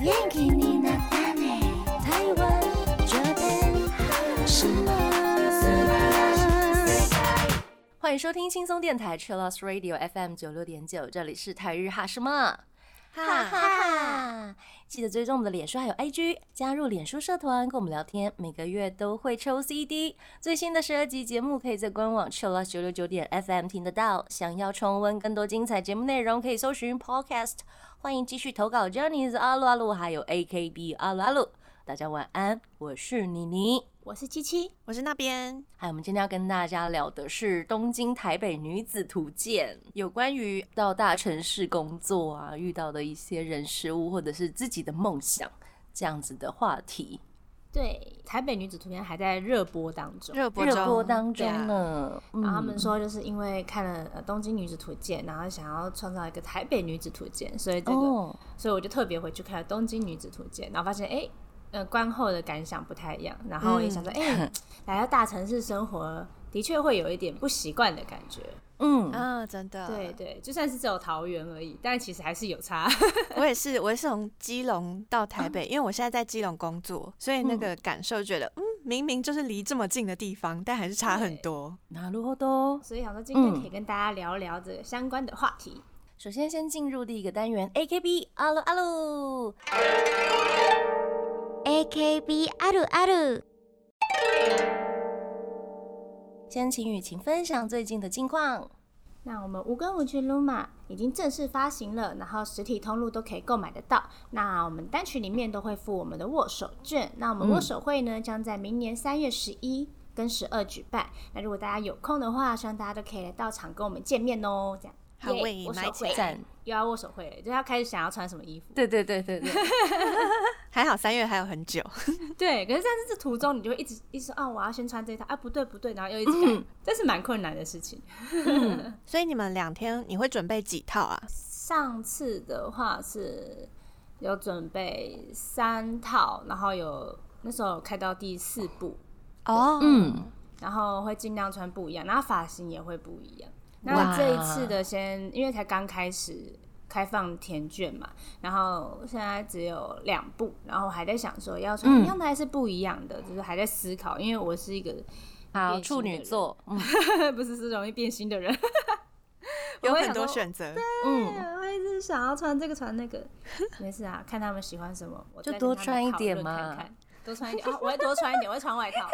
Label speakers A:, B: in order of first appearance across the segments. A: 元気になったね台湾 Japan 什么
B: 欢迎收听轻松电台 Chillus Radio FM 九六点九，这里是台日哈什么哈哈哈！记得追踪我们的脸书还有 IG，加入脸书社团跟我们聊天，每个月都会抽 CD。最新的十二集节目可以在官网 Chillus 九六九点 FM 听得到。想要重温更多精彩节目内容，可以搜寻 Podcast。欢迎继续投稿 j o h n n y s 阿鲁阿鲁，还有 AKB 阿鲁阿鲁。大家晚安，我是妮妮。
C: 我是七七，我是那边
B: 嗨，我们今天要跟大家聊的是东京、台北女子图鉴，有关于到大城市工作啊，遇到的一些人事物，或者是自己的梦想这样子的话题。
C: 对台北女子图鉴还在热播当中，
D: 热播
B: 热
D: 中，
B: 播当中呢，嗯
C: 然后他们说就是因为看了、呃、东京女子图鉴，然后想要创造一个台北女子图鉴，所以这个，
B: 哦，
C: 所以我就特别回去看了东京女子图鉴，然后发现哎。诶呃，观后的感想不太一样，然后也想说，哎、来到大城市生活，的确会有一点不习惯的感觉。
B: 嗯，
C: 啊
D: 嗯，真的，
C: 对，对，就算是只有桃园而已，但其实还是有差。
D: 我也是，我也是从基隆到台北，因为我现在在基隆工作，所以那个感受觉得，嗯，明明就是离这么近的地方，但还是差很多。
B: なるほど。
C: 所以想说今天可以跟大家聊聊这个相关的话题。
B: 首先先进入第一个单元，AKB 阿鲁阿鲁，
A: AKB あるある
B: 先请雨晴分享最近的近况。
C: 那我们无根无据 Luma 已经正式发行了，然后实体通路都可以购买得到。那我们单曲里面都会附我们的握手券。那我们握手会呢，将在明年三月十一跟十二举办。那如果大家有空的话，希望大家都可以来到场跟我们见面哦。这样，
D: 好
C: 耶
D: 喂
C: 握手
D: 买起
C: 会
B: 赞
C: 又要握手会了，就要开始想要穿什么衣服。
B: 对对对对对，
D: 还好三月还有很久，
C: 对，可是在这途中，你就会一直一直说，哦，我要先穿这一套啊，不对不对，然后又一直改， 这是蛮困难的事情。
D: 所以你们两天你会准备几套啊？
C: 上次的话是有准备三套，然后有那时候有开到第四部，
D: 哦，
B: 嗯，
C: 然后会尽量穿不一样，然后发型也会不一样。
B: 哇
C: 那这一次的先，因为才刚开始开放填卷嘛，然后现在只有两部，然后还在想说要穿一样的还是不一样的，就是还在思考，因为我是一个
B: 好，
C: 变
B: 处
C: 性的
B: 女
C: 人
B: 座，嗯
C: 不是是容易变心的人，
D: 有
C: 我会
D: 很
C: 想说
D: 多选择，
B: 嗯，
C: 我一直想要穿这个穿 那个，没事啊，看他们喜欢什么，我
B: 就
C: 再
B: 多
C: 跟他们
B: 穿一
C: 讨
B: 点
C: 论
B: 嘛
C: 看看多穿一点啊，我会多穿一点，我会穿外 套，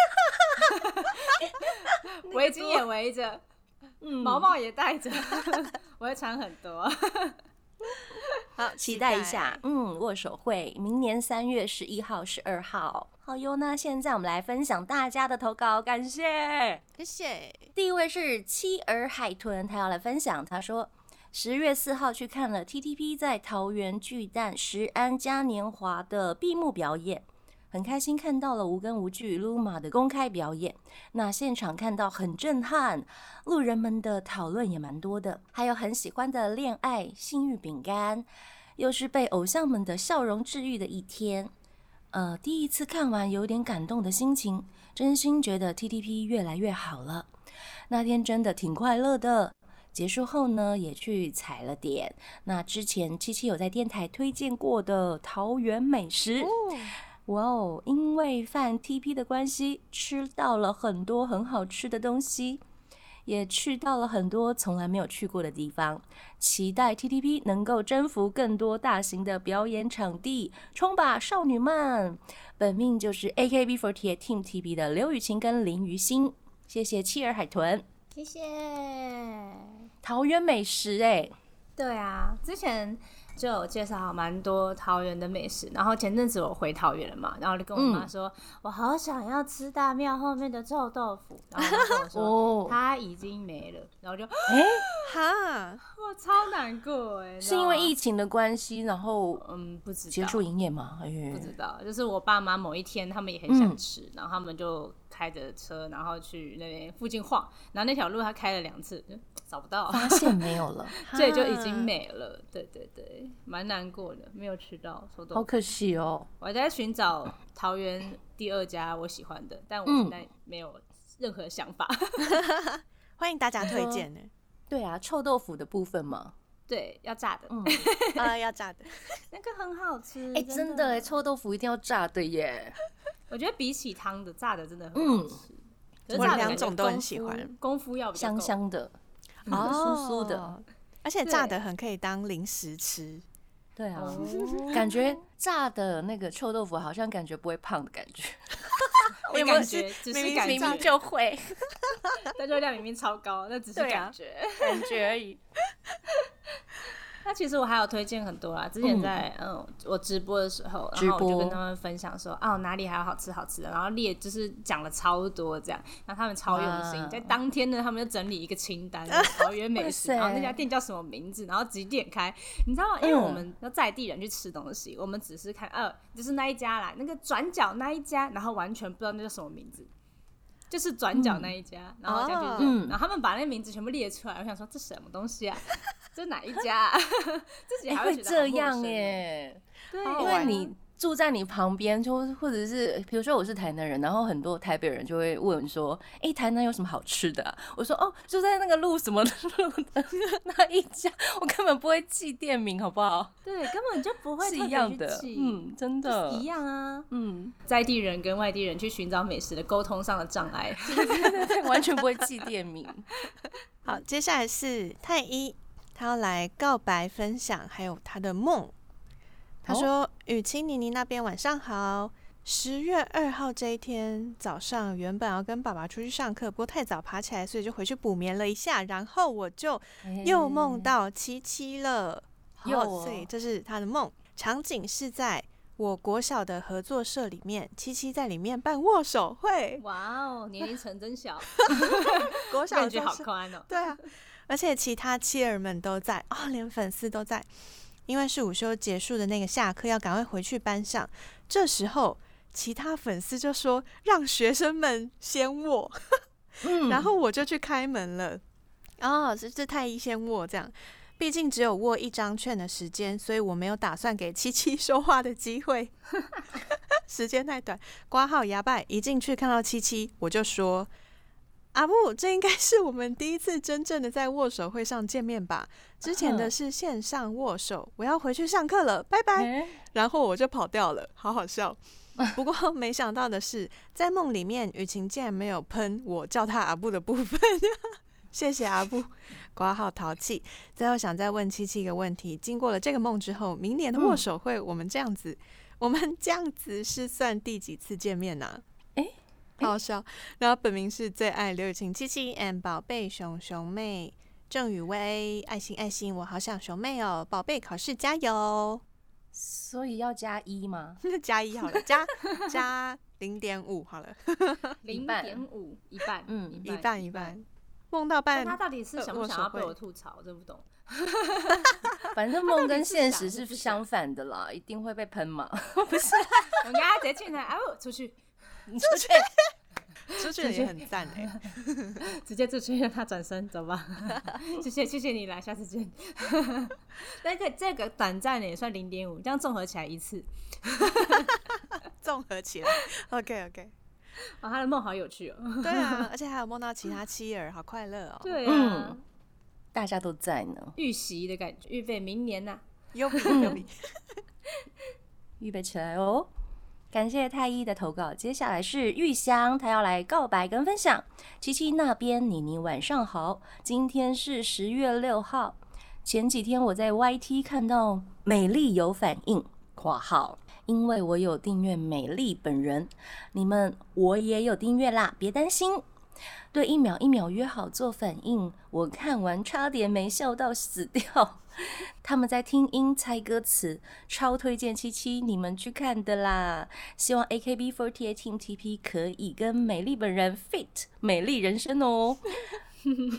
C: 围巾也围着，
B: 嗯
C: 毛毛也 戴着，我会穿很多。
D: 好，
B: 期待一下。，嗯，握手会，明年三月十一号、十二号。好哟，那现在我们来分享大家的投稿，感谢。
D: 谢谢。
B: 第一位是妻儿海豚，他要来分享，他说十月四号去看了 TTP 在桃园巨蛋石安嘉年华的闭幕表演。很开心看到了无根无据 Luma 的公开表演，那现场看到很震撼，路人们的讨论也蛮多的，还有很喜欢的恋爱、性欲饼干，又是被偶像们的笑容治愈的一天。呃，第一次看完有点感动的心情，真心觉得 TTP 越来越好了。那天真的挺快乐的。结束后呢，也去踩了点。那之前七七有在电台推荐过的桃园美食，哇哦！因为犯 TP 的关系，吃到了很多很好吃的东西，也去到了很多从来没有去过的地方。期待 TTP 能够征服更多大型的表演场地，冲吧，少女们！本命就是 AKB48 Team TP 的刘雨晴跟林于欣。谢谢妻儿海豚，
C: 谢谢。
B: 桃园美食哎、
C: 对啊，之前就有介绍蛮多桃园的美食，然后前阵子我回桃园了嘛，然后就跟我
B: 嗯
C: 妈说，我好想要吃大庙后面的臭豆腐，然后她跟我 说。
B: 哦，
C: 它已经没了，然后我就
B: 哎、
D: 哈，
C: 我超难过哎，
B: 是因为
C: 一
B: 疫情的关系，然后
C: 嗯不知道
B: 结束营业吗？哎、
C: 不知道，就是我爸妈某一天他们也很
B: 嗯
C: 想吃，然后他们就开着车，然后去那边附近晃，然后那条路他开了两次，就找不到，
B: 发现没有了，
C: 所以就已经没了。对对对，蛮难过的，没有吃到臭豆
B: 好
C: 腐。
B: 可惜哦。
C: 我还在寻找桃园第二家我喜欢的，但我
B: 嗯
C: 现在没有任何想法。
D: 欢迎大家推荐呢。
B: 对啊，臭豆腐的部分嘛，
C: 对，要炸的，
B: 嗯，
D: 啊，要炸的。
C: 那个很好吃。
B: 哎、真的哎、臭豆腐一定要炸的耶！
C: 我觉得比起汤的炸的真的
B: 嗯
C: 很好吃。可是
D: 我
C: 炸的感
D: 两
C: 觉
D: 种都很
C: 功
D: 喜
C: 夫
D: 欢，
C: 功夫要比较
B: 香
C: 够。
B: 香的，
D: 哦，
B: 酥酥的，
D: 而且炸
C: 对
D: 的很可以当零食吃。
B: 对啊，
C: 哦
B: 感觉炸的那个臭豆腐好像感觉不会胖的感觉，
C: 我
D: 有没有
C: 感觉只
D: 明
C: 是
D: 明
C: 感
D: 明
C: 觉
D: 明，
B: 就 会
C: 但热量明明超高，那只是
B: 对啊
C: 感觉。
B: 感觉而已。
C: 那其实我还有推荐很多啦，之前在嗯我直播的时候，然
B: 直
C: 后
B: 播
C: 我就跟他们分享说，哦哪里还有好吃好吃的，然后列就是讲了超多这样，然后他们超用
B: 哇
C: 心，在当天呢，他们就整理一个清 单，桃园美食，
B: 哇塞嗯
C: 然后那家店叫什么名字，然后几点开，你知道吗？因为我们在地人去吃东西，我们只是看呃就是那一家啦，那个转角那一家，然后完全不知道那叫什么名字。就是转角那一家，然后我家
D: 哦
C: 就嗯，然后他们把那个名字全部列出来，我想说这什么东西 啊？这哪一家、 啊？自己
B: 哎、
C: 还
B: 会
C: 觉得
B: 这
C: 很陌
B: 样
C: 生欸，
B: 耶，
C: 对，
D: 好好
B: 因
D: 玩
B: 为
D: 啊
B: 你住在你旁边，就或者是比如说我是台南人，然后很多台北人就会问说：“哎、台南有什么好吃的啊、我说：“哦，就在那个路什么的路的 那一家，我根本不会记店名，好不好？
C: 对，根本就不会
B: 是
C: 特
B: 一
C: 别
B: 样
C: 去
B: 的，
C: 记，
B: 嗯，真
C: 就
B: 的，
C: 是一，样啊。
B: 嗯，
C: 在地人跟外地人去寻找美食的沟通上的障碍，
B: 对 完全不会记店名。
D: 好，接下来是太一，他要来告白分享，还有他的梦。他说：“雨清妮妮那边晚上好。十月二号这一天早上，原本要跟爸爸出去上课，不过太早爬起来，所以就回去补眠了一下。然后我就又梦到七七了，
B: 又
D: 好
B: 哦
D: 所以这是他的梦。场景是在我国小的合作社里面，七七在里面办握手会。
C: 哇哦，年龄层真 小，
D: 国小
C: 感
D: 合
C: 觉
D: 作
C: 好
D: 社
C: 宽哦。
D: 对啊，而且其他妻儿们都在哦，连粉丝都在，因为是午休结束的那个下课，要赶快回去班上。这时候，其他粉丝就说让学生们先握，
B: 嗯
D: 然后我就去开门了。哦，是是太医先握这样，毕竟只有握一张券的时间，所以我没有打算给七七 说话的机会， 时间太短。挂号牙拜一进去看到七七，我就说：“阿布，这应该是我们第一次真正的在握手会上见面吧？之前的是线上握手，我要回去上课了，拜拜。”
B: 哎
D: 然后我就跑掉了，好好笑。不过没想到的是，在梦里面，雨晴竟然没有喷我叫她阿布的部分。 谢谢阿布，挂号淘气。最后想再问七七一个问题：经过了这个梦之后，明年的握手会，我们这样子，我们这样子是算第几次见面呢、
B: 诶
D: 好好笑。然后本名是最爱刘雨晴七七 and 宝贝熊熊妹郑雨薇，爱心爱心，我好想熊妹哦，宝贝考试加油。
B: 所以要加一吗？
D: 那加一好了，加加零点五好了，
B: 一
C: 零
B: 半
C: 点五一半，
B: 嗯
C: 一
D: 一半一半。。梦到
C: 但他
D: 半，
C: 到底是
D: 呃
C: 想不
D: 握
C: 想
D: 手
C: 要被
D: 会
C: 我吐槽？我真不懂。
B: 反正梦跟现
C: 到底
B: 实
C: 是啊
B: 是
C: 想
B: 相反的啦，一定会被喷嘛。
C: 我家直接进来，哎，我出去，
D: 出去的也很赞哎、
C: 直接出去让他转身，走 吧。谢谢，谢谢你来，下次见。 那个这个短暂的也算零点五，这样综合起来一次，
D: 综合起 来，OK OK。
C: 哦，他的梦好有趣哦。
D: 对啊，而且还有梦到其他妻儿，好快乐哦。
C: 对啊，
B: 嗯大家都在呢，
C: 预习的感觉，预备明年呐、
D: 优 比优比，
B: 预备起来哦。感谢太一的投稿，接下来是玉香，她要来告白跟分享。七七那边，妮妮晚上好，今天是十月六号。前几天我在 YT 看到美丽有反应（括号），因为我有订阅美丽本人，你们我也有订阅啦，别担心。对，一秒一秒约好做反应，我看完差点没笑到死掉。他们在听音猜歌词，超推荐七七你们去看的啦！希望 AKB48 Team TP 可以跟美丽本人 fit 美丽人生哦。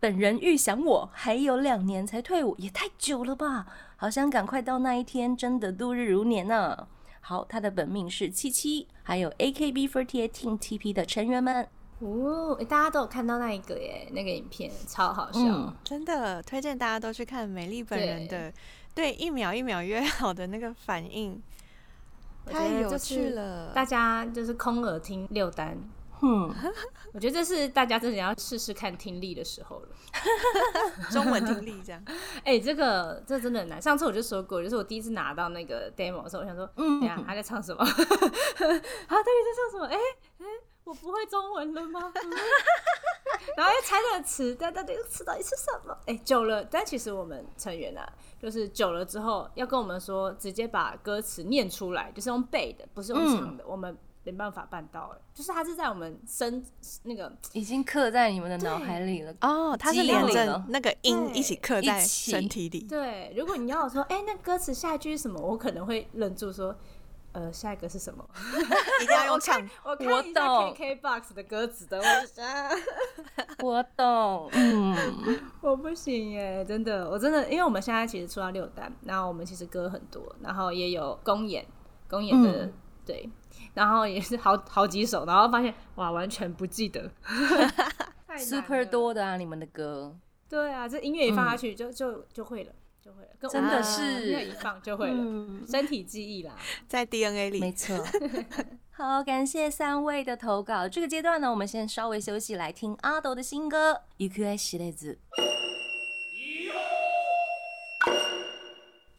B: 本人预想我还有两年才退伍，也太久了吧？好想赶快到那一天，真的度日如年呢、啊好，他的本命是七七，还有 AKB48 Team TP 的成员们，
C: 哦，诶大家都有看到那一个耶，那个影片超好笑。
B: 嗯，
D: 真的推荐大家都去看美丽本人的对一秒一秒约好的那个反应，
C: 我觉
D: 太
C: 得
D: 有
C: 这
D: 趣
C: 是
D: 了。
C: 大家就是空耳听六单，
B: 嗯，
C: 我觉得这是大家真的要试试看听力的时候了。
D: 中文听力这样，
C: 哎、这个这真的很难。上次我就说过，就是我第一次拿到那个 demo 的时候，我想说，嗯，等一下他在唱什么？ 啊，到底在唱什么？哎、哎、我不会中文了吗？ 嗯然后又猜那个词，但到底这个词到底是什么？哎、久了，但其实我们成员啊，就是久了之后要跟我们说，直接把歌词念出来，就是用背的，不是用唱的，我们没办法办到、哎，就是它是在我们身那个
B: 已经刻在你们的脑海里了。
D: 哦，它是
B: 肌
D: 连
B: 肉
D: 着
B: 了
D: 那个音一起刻
B: 一
D: 在
B: 起
D: 身体里。
C: 对，如果你要我说，哎、那歌词下一句是什么，我可能会愣住说，呃，下一个是什么？
D: 一定要用 唱。
C: 我
B: 我
C: 看一下
B: 懂
C: KKBOX 的歌词的，我就啊，
B: 我懂，嗯，
C: 我不行耶，真的，我真的，因为我们现在其实出到六单，然后我们其实歌很多，然后也有公演，公演的、
B: 嗯
C: 对，然后也是好好几首，然后发现哇，完全不 记得太难了
B: ，super 多的啊，你们的歌，
C: 对啊，这音乐一放下去就、就就会了，就会了，跟
B: 真
D: 的
C: 我
D: 是
C: 音乐一放就会了，
B: 嗯
C: 身体记忆啦。
D: 在 DNA
B: 没
D: 里。
B: 错。 好，感谢三位的投稿。这个阶段呢，我们先稍微休息，来听阿斗的新歌《u q i 系列子》。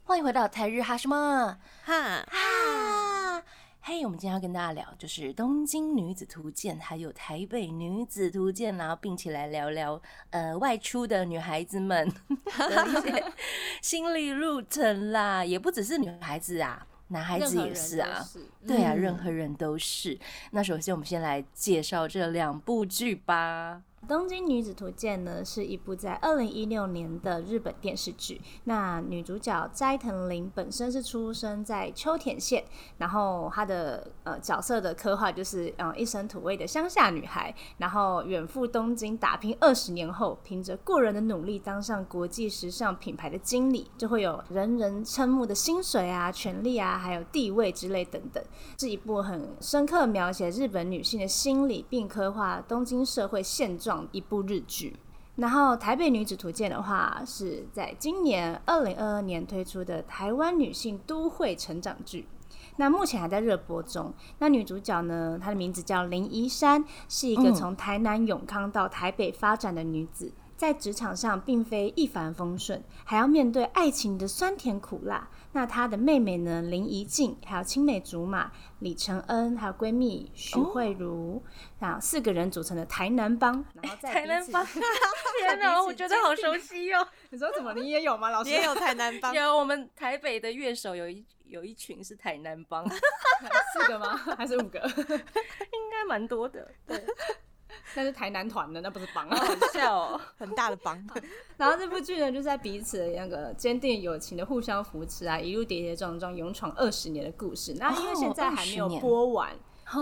B: 欢迎回到台日哈什么
D: 哈，
B: 啊！嘿、我们今天要跟大家聊就是《东京女子图鉴》还有《台北女子图鉴》啦，然后并且来聊聊呃外出的女孩子们的一 些心理路程啦，也不只是女孩子啊，男孩
C: 任
B: 子
C: 何
B: 也
C: 人
B: 是
C: 都
B: 啊。
C: 是嗯
B: 对啊，任何人都是。那首先，我们先来介绍这两部剧吧。
C: 《东京女子图鉴》呢是一部在二零一六年的日本电视剧。那女主角斋藤绫本身是出生在秋田县，然后她的呃角色的刻画就是嗯、呃一身土味的乡下女孩，然后远赴东京打拼二十年后，凭着过人的努力当上国际时尚品牌的经理，就会有人人瞠目的薪水啊、权利啊，还有地位之类等等。是一部很深刻描写日本女性的心理，并刻画东京社会现状一部日剧。然后《台北女子图鉴》的话，是在今年二零二二年推出的台湾女性都会成长剧。那目前还在热播中。那女主角呢，她的名字叫林依珊，是一个
B: 嗯
C: 从台南永康到台北发展的女子，在职场上并非一帆风顺，还要面对爱情的酸甜苦辣。那她的妹妹呢，林怡静，还有青梅竹马李承恩，还有闺蜜徐慧茹，那、四个人组成的台南帮，然后在
B: 台
C: 彼
B: 南
C: 此
B: 帮天哪，我觉得好熟悉哦。
C: 你说怎么？你也有吗，老师？
D: 也 有台南帮，
B: 有我们台北的乐手有一有一群是台南帮，应
C: 四个吗？还是五个？
B: 该蛮多的，
C: 那是台南团的，那不是啊帮。
B: 好 好笑 哦。
D: 很大的 帮。
C: 然后这部剧呢，就是在彼此的那个坚定友情的互相扶持啊，一路跌跌撞撞，勇闯二十年的故事。那因为现在还没有
B: 20年
C: 播完，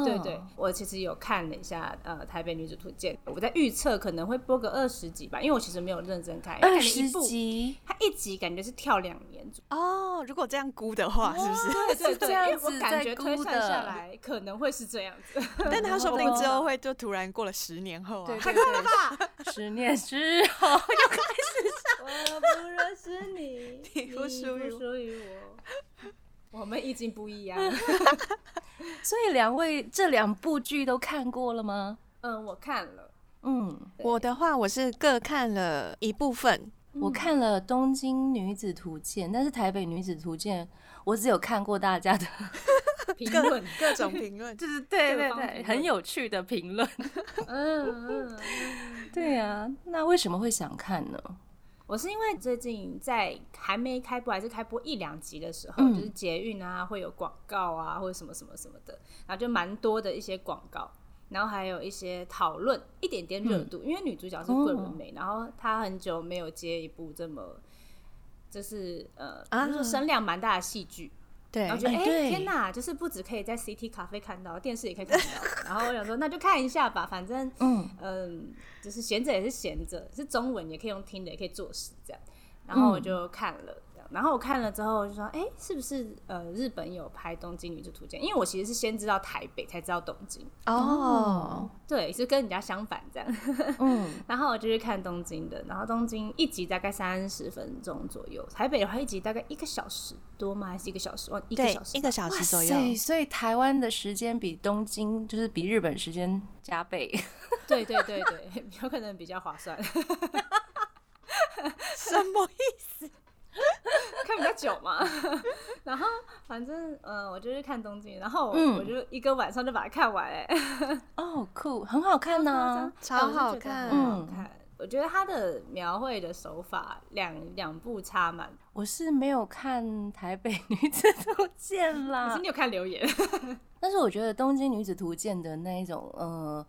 C: 对
B: 哼
C: 对，哦我嗯其实有看了一下，呃，《台北女子图鉴》，我在预测可能会播个二十集吧，因为我其实没有认真看，因为
B: 二
C: 感觉
B: 十
C: 一部，
B: 集，
C: 它一集感觉是跳两年左右。
D: 哦，如果这样估的话，是不是？
C: 对对对，
B: 这样
C: 因为我
B: 子
C: 感
B: 在
C: 觉推
B: 估
C: 算
B: 的
C: 下来可能会是这样子。
D: 但他说不定之后会就突然过了十年后啊，
C: 太可怕了吧！
B: 十年 之后，
C: 我不认识 你，
D: 你不属于我
C: 属于我，我们已经不一样了。
B: 所以两位这两部剧都看过了吗？
C: 嗯，我看了，
B: 嗯，
C: 对
D: 我的话，我是各看了一部分，
B: 我
C: 嗯
B: 看了《东京女子图鉴》，但是《台北女子图鉴》我只有看过大家的
C: 评
D: 各
C: 论，
D: 各种评论，
B: 就是对
C: 对
B: 对
C: 方评
B: 对，
C: 论
B: 很有趣的评论。
C: 嗯嗯。
B: 对啊，那为什么会想看呢？
C: 我是因为最近在还没开播，还是开播一两集的时候，
B: 嗯
C: 就是捷运啊会有广告啊，或者什么什么什么的，然后就蛮多的一些广告，然后还有一些讨论，一点点
B: 嗯
C: 热度，因为女主角是
B: 哦
C: 桂纶镁，然后她很久没有接一部这么。就是呃，
D: 啊
C: 就是声量蛮大的戏剧，
D: 对
C: 然后觉得
B: 哎
C: 哎、
B: 对
C: 天哪，就是不止可以在 CT 咖啡看到，电视也可以看到。然后我想说，那就看一下吧，反正
B: 嗯，
C: 嗯，就是
D: 嗯
C: 闲着也是闲着，是中文也可以用听的，也可以做事这样。然后我就看了这样然后我看了之后我就说，哎、是不是呃日本有拍《东京女子图鉴》？因为我其实是先知道台北，才知道东京，
D: 哦，
C: 对，是跟人家相反这样。
B: 嗯，
C: 然后我就去看东京的，然后东京一集大概三十分钟左右，台北的话一集大概一个小时多吗？还是一个小时？哦，一个
D: 对
C: 小，时
D: 一个小时左右。
B: 塞所以台湾的时间比东京，就是比日本时间加倍。
C: 对对对对， 有可能比较划算，
D: 什么意思？
C: 看比较久嘛。 然后反正呃，我就去看东京，然后我,、
B: 嗯
C: 我就一个晚上就把它看完、欸，哎，
B: 哦，酷，很好看 呐、
D: 超好
C: 看，很
D: 看
C: 嗯好嗯看。我觉得他的描绘的手法两两部差蛮，
B: 我是没有看《台北女子图鉴》
C: 可
B: 啦
C: 是你，有看留言？
B: 但是我觉得《东京女子图鉴》的那一种，呃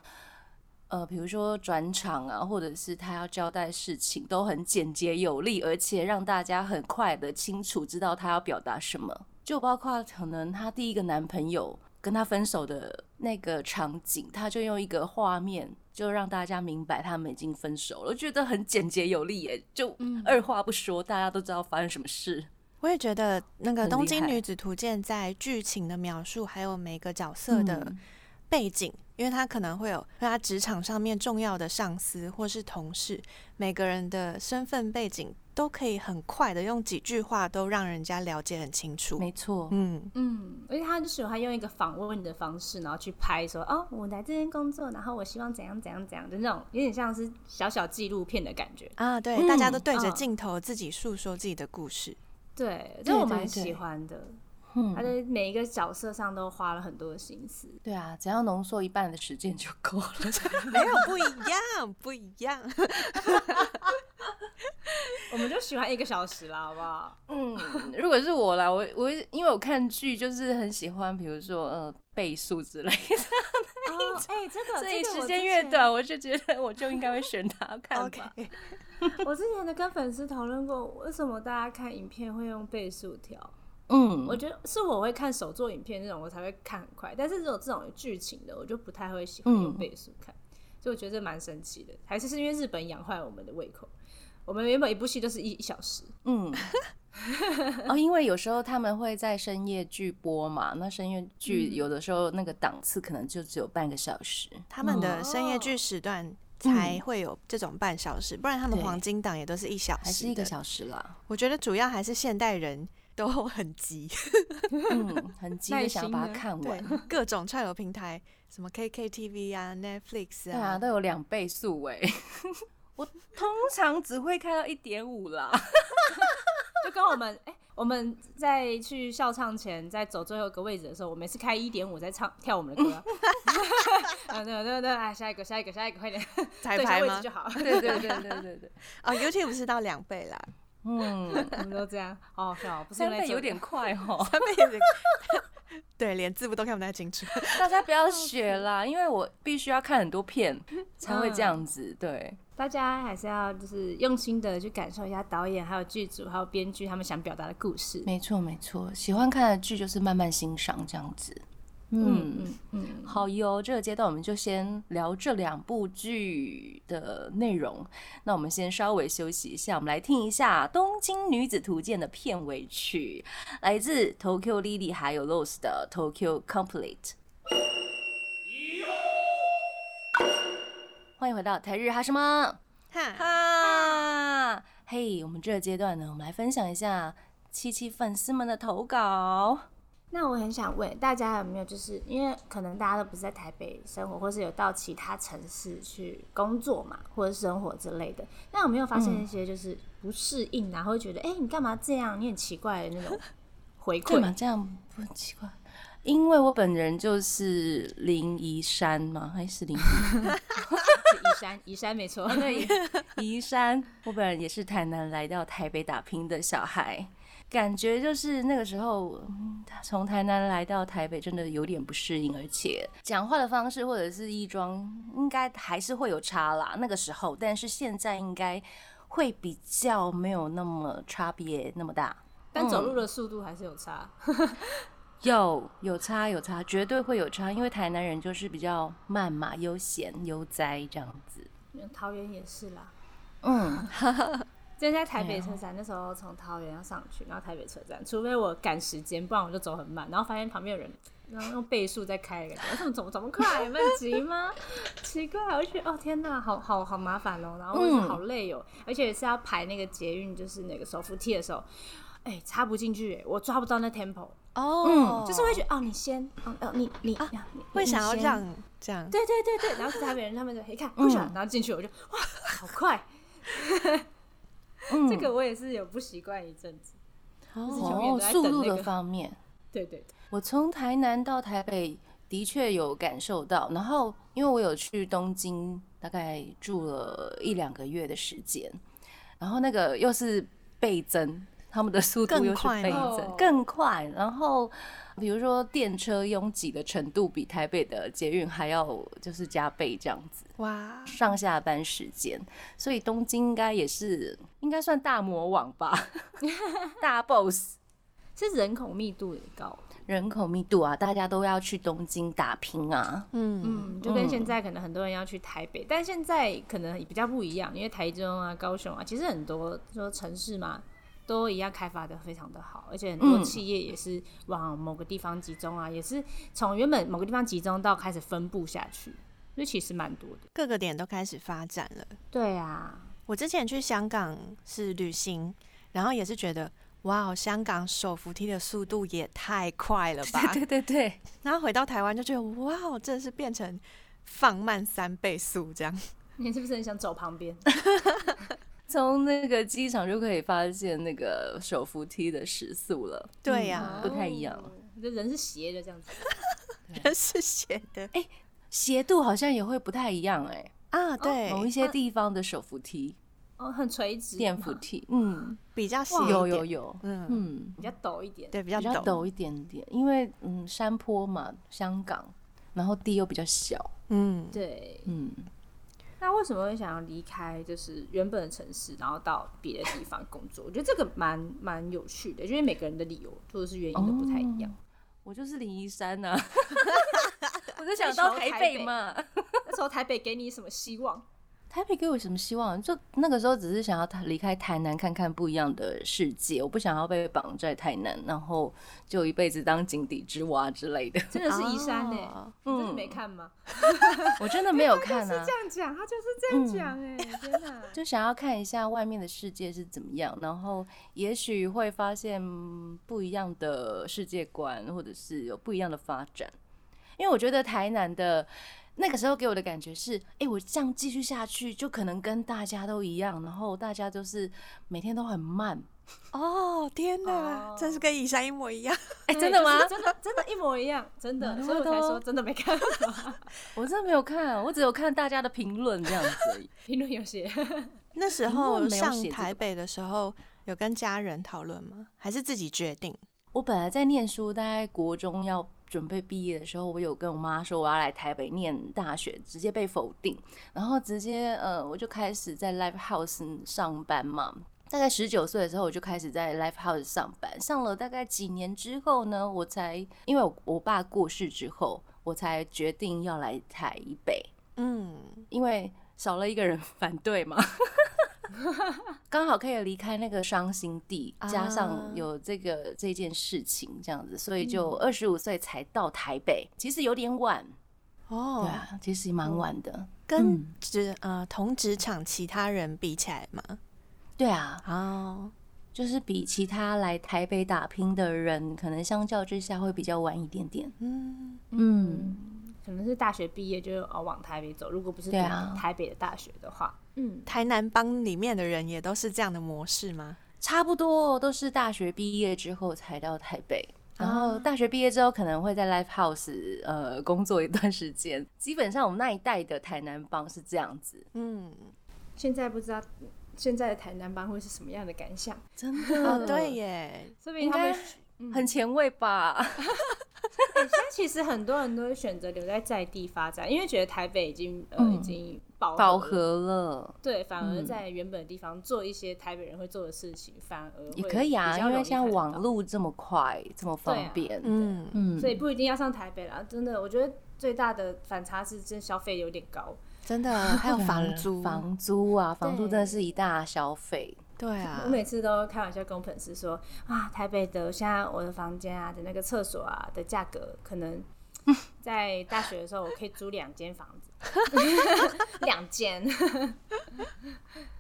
B: 呃，比如说转场啊，或者是他要交代事情，都很简洁有力，而且让大家很快的清楚知道他要表达什么。就包括可能她第一个男朋友跟她分手的那个场景，他就用一个画面就让大家明白他们已经分手了，我觉得很简洁有力耶，就二话不说，大家都知道发生什么事。
D: 我也觉得那个《
B: 很厉
D: 东京
B: 害
D: 女子图鉴》在剧情的描述，还有每个角色的背景，因为他可能会有他职场上面重要的上司或是同事，每个人的身份背景都可以很快的用几句话都让人家了解很清楚。
B: 没错，
D: 嗯，
C: 嗯，而且他就喜欢用一个访问的方式，然后去拍说哦，我来这边工作，然后我希望怎样怎样怎样的那种，有点像是小小纪录片的感觉。
D: 啊，对，
B: 嗯
D: 大家都对着
C: 嗯
D: 镜头自己诉说自己的故事。
C: 对，
B: 对
C: 这我
B: 对
C: 蛮
B: 对
C: 喜欢的。
B: 嗯
C: 他在每一个角色上都花了很多的心思。
B: 对啊，只要浓缩一半的时间就够了。
D: 没有不一样，不一样。
C: 我们就喜欢一个小时啦，好不好？
B: 嗯，如果是我啦，我我因为我看剧就是很喜欢，比如说呃倍速之类的，
C: 哦，哎、这个
B: 所
C: 这
B: 以
C: 个我
B: 时
C: 之
B: 间越
C: 前
B: 短，我就觉得我就应该会选它看
D: OK，
B: 吧。
C: 我之前的跟粉丝讨论过，为什么大家看影片会用倍速调？
B: 嗯，
C: 我觉得是我会看手作影片这种，我才会看很快。但是这种这种剧情的，我就不太会喜欢
B: 嗯
C: 用倍速看，所以我觉得这蛮神奇的。还是是因为日本养坏我们的胃口。我们原本一部戏都是一一小时，
B: 嗯， 哦，因为有时候他们会在深夜剧播嘛，那深夜剧有的时候那个档次可能就只有半个小时。
D: 他们的深夜剧时段才会有这种半小时，不然他们
B: 对
D: 黄金档也都是一小时，
B: 还是一个。小时啦，
D: 我觉得主要还是现代人都很急，
B: 嗯，很急
C: 耐
B: 的想
C: 心
B: 把它
C: 呢
B: 看
D: 对
B: 完，
D: 各种串流平台，什么 KKTV 啊、Netflix
B: 对啊，
D: 啊，
B: 都有两倍速哎、 我通常只会开到一点五啦，
C: 就跟我们哎、 我们在去校唱前，在走最后一个位置的时候，我们是开一点五在唱跳我们的歌啊， 啊对对对，哎，下一个下一个下一个，快点，
D: 彩
C: 对下
D: 排
C: 位置
D: 吗
C: 就？好，
B: 对对对对对对，
D: 哦，YouTube 是到两倍啦，
B: 嗯，
C: 我们都这样，好好笑哦，不是
B: 三
C: 用来
B: 倍有
C: 做
B: 点快 哦，
D: 他们也是对，连字幕都看不太清楚。
B: 大家不 要学啦，因为我必须要看很多片才会这样子。对，
C: 大家还是要就是用心的去感受一下导演、还有剧组、还有编剧他们想表达的故事。
B: 没错没错，喜欢看的剧就是慢慢欣赏这样子。嗯，
C: 嗯嗯，
B: 好哟，这个阶段我们就先聊这两部剧的内容。那我们先稍微休息一下，我们来听一下《东京女子图鉴》的片尾曲，来自 Tokyo Lily 还有 Rose 的 Tokyo Complete。欢迎回到台日哈什么？
D: 哈，
B: 哈，啊嘿，我们这个阶段呢，我们来分享一下七七粉丝们的投稿。
C: 那我很想问大家有没有，就是因为可能大家都不是在台北生活，或是有到其他城市去工作嘛，或者生活之类的，那有没有发现一
B: 嗯
C: 些就是不适应啊，会觉得哎、诶你干嘛这样，你很奇怪的那种回
B: 干
C: 馈
B: 嘛？ 这样不很奇怪？因为我本人就是林宜山嘛，还是林
C: 是宜山，宜山没错， 对，
B: 哦宜山？我本人也是台南来到台北打拼的小孩，感觉就是那个时候嗯从台南来到台北，真的有点不适应，而且讲话的方式或者是衣装，应该还是会有差啦。那个时候，但是现在应该会比较没有那么差别那么大。
C: 但走
B: 嗯
C: 路的速度还是有差。
B: 有有差有差，绝对会有差，因为台南人就是比较慢嘛、悠闲、悠哉这样子。
C: 桃园也是啦，
B: 嗯，
C: 之前在台
B: 对
C: 北
B: 啊
C: 车站，那时候从桃园要上去，然后台北车站，除非我赶时间，不然我就走很慢。然后发现旁边有人，然后用倍数在开的感觉，我说怎么怎么快？你们很急吗？奇怪，我就觉得哦天哪，好好好麻烦哦，然后我就
B: 嗯
C: 好累哦，而且是要排那个捷运，就是那个手扶梯的时候，哎、插不进去，哎，我抓不到那 tempo，
D: 哦，
C: 就是会觉得哦，你先，哦，哦你你
D: 啊
C: 啊，你
D: 会想要。
C: 你
D: 让
C: 先
D: 这样，
C: 对对对对，然后是台北人，他们就哎一看不想，然后进去我就哇，好快！
B: 嗯
C: 这个我也是有不习惯一阵子。就是永远
B: 哦
C: 都在等
B: 速度
C: 那
B: 的
C: 个
B: 方面，
C: 对对对，
B: 我从台南到台北的确有感受到，然后因为我有去东京，大概住了一两个月的时间，然后那个又是倍增，他们的速度
D: 更
B: 又是
D: 快
B: 倍
C: 吗
B: 增
C: 哦，
B: 更快。然后比如说电车拥挤的程度比台北的捷运还要就是加倍这样子，
D: 哇，
B: 上下班时间，所以东京应该也是应该算大魔王吧， 大 boss。
C: 是人口密度也高，
B: 人口密度啊，大家都要去东京打拼啊。
D: 嗯，
C: 嗯，就跟现在可能很多人要去台北，但现在可能比较不一样，因为台中啊、高雄啊，其实很多说城市嘛。都一样开发的非常的好，而且很多
B: 嗯
C: 企业也是往某个地方集中啊，也是从原本某个地方集中到开始分布下去，所以其实蛮多的。
D: 各个点都开始发展了。
C: 对啊，
D: 我之前去香港是旅行，然后也是觉得，哇，哦香港手扶梯的速度也太快了吧！
B: 对对，
D: 然后回到台湾就觉得，哇，哦真的是变成放慢三倍速这样。
C: 你是不是很想走旁边？
B: 从那个机场就可以发现那个手扶梯的时速了。
D: 对呀、
B: 不太一样
C: 哦，这人是斜的这样子。
B: 嗯
D: 人是斜的
B: 哎斜度好像也会不太一样哎、
D: 啊，对，
B: 某一些地方的手扶梯、
C: 哦，很垂直，
B: 电扶梯，嗯，
D: 比较斜一
B: 有有
D: 点，
B: 有，
D: 嗯，
B: 嗯，
C: 比较陡一点。
D: 对，比较
B: 比较
D: 陡，
B: 陡一点点，因为嗯山坡嘛，香港，然后地又比较小，
D: 嗯，
C: 对，
B: 嗯，
C: 那为什么会想要离开就是原本的城市，然后到别的地方工作？我觉得这个蛮蛮有趣的，因为每个人的理由或者是原因都不太一样。
B: 我就是林一山 呐、啊，我就想到
C: 追求
B: 台
C: 台
B: 北
C: 北
B: 嘛。
C: 那时候台北给你什么希望？
B: 台北给我什么希望？就那个时候只是想要台离开台南，看看不一样的世界。我不想要被绑在台南，然后就一辈子当井底之蛙之类的。
C: 真的是移山呢、
D: 哦
C: 你真的没看吗？
B: 我真的没有看啊，
C: 这样讲，他就是这样讲哎、天哪！
B: 就想要看一下外面的世界是怎么样，然后也许会发现嗯不一样的世界观，或者是有不一样的发展。因为我觉得台南的那个时候给我的感觉是，哎、我这样继续下去，就可能跟大家都一样，然后大家就是每天都很慢。
D: 哦，天哪，
C: 哦
D: 真是跟以山一模一样。
B: 哎、
C: 对
B: 真的
C: 就
B: 吗？
C: 是真的真的，一模一样，真的，所以我才说真的没看。
B: 我真的没有看，我只有看大家的评论这样子而已。
C: 评论有写，
D: 那时
B: 评论
D: 候
B: 没有
D: 上
B: 写这个
D: 台北的时候，有跟家人讨论吗？还是自己决定？
B: 我本来在念书，大概国中要准备毕业的时候，我有跟我妈说我要来台北念大学，直接被否定，然后直接呃，我就开始在 live house 上班嘛。大概十九岁的时候，我就开始在 live house 上班，上了大概几年之后呢，我才因为我我爸过世之后，我才决定要来台北。
D: 嗯，
B: 因为少了一个人 反对嘛，刚好可以离开那个伤心地，
D: 啊嗯
B: 加上有这个这件事情这样子，所以就二十五岁才到台北，其实有点晚，对
D: 哦，
B: 啊，其实蛮晚的，
D: 跟
B: 嗯
D: 职、呃同职场其他人比起来嘛，
B: 对啊，
D: 哦，
B: 就是比其他来台北打拼的人，可能相较之下会比较晚一点点，
D: 嗯，
B: 嗯，
C: 可能是大学毕业就哦往台北走，如果不是读
B: 对啊
C: 台北的大学的话，嗯，
D: 台南帮里面的人也都是这样的模式吗？
B: 差不多都是大学毕业之后才到台北。然后大学毕业之后，可能会在 Live House 呃工作一段时间。基本上我们那一代的台南帮是这样子，
D: 嗯，
C: 现在不知道嗯现在的台南帮会是什么样的感想，
B: 真
D: 哦，对，耶，
C: 说不定
B: 应
C: 他
B: 该
C: 们。
B: 啊很前卫吧？
C: 现在其实很多人都会选择留在在地发展，因为觉得台北已经呃、已经
B: 嗯
C: 饱
B: 饱
C: 和了，
B: 和嗯了
C: 对，反而在原本的地方做一些台北人会做的事情，反而
B: 也
C: 会
B: 可以啊，
C: 比较
B: 因为
C: 容易
B: 现在
C: 看得
B: 网
C: 到，
B: 络这么快，这么
C: 对
B: 方
C: 啊
B: 便，
D: 嗯，
B: 嗯，
C: 所以不一定要上台北啦。真的，我觉得最大的反差是真消费有点高，
D: 真的，还有
B: 对啊
D: 房租，
B: 房租啊，房租真的
C: 对
B: 是一大消费。
D: 对啊
C: 我，每次都开玩笑跟我粉丝说啊，台北的现在我的房间啊的那个厕所啊的价格，可能在大学的时候我可以租两间房子， 两间。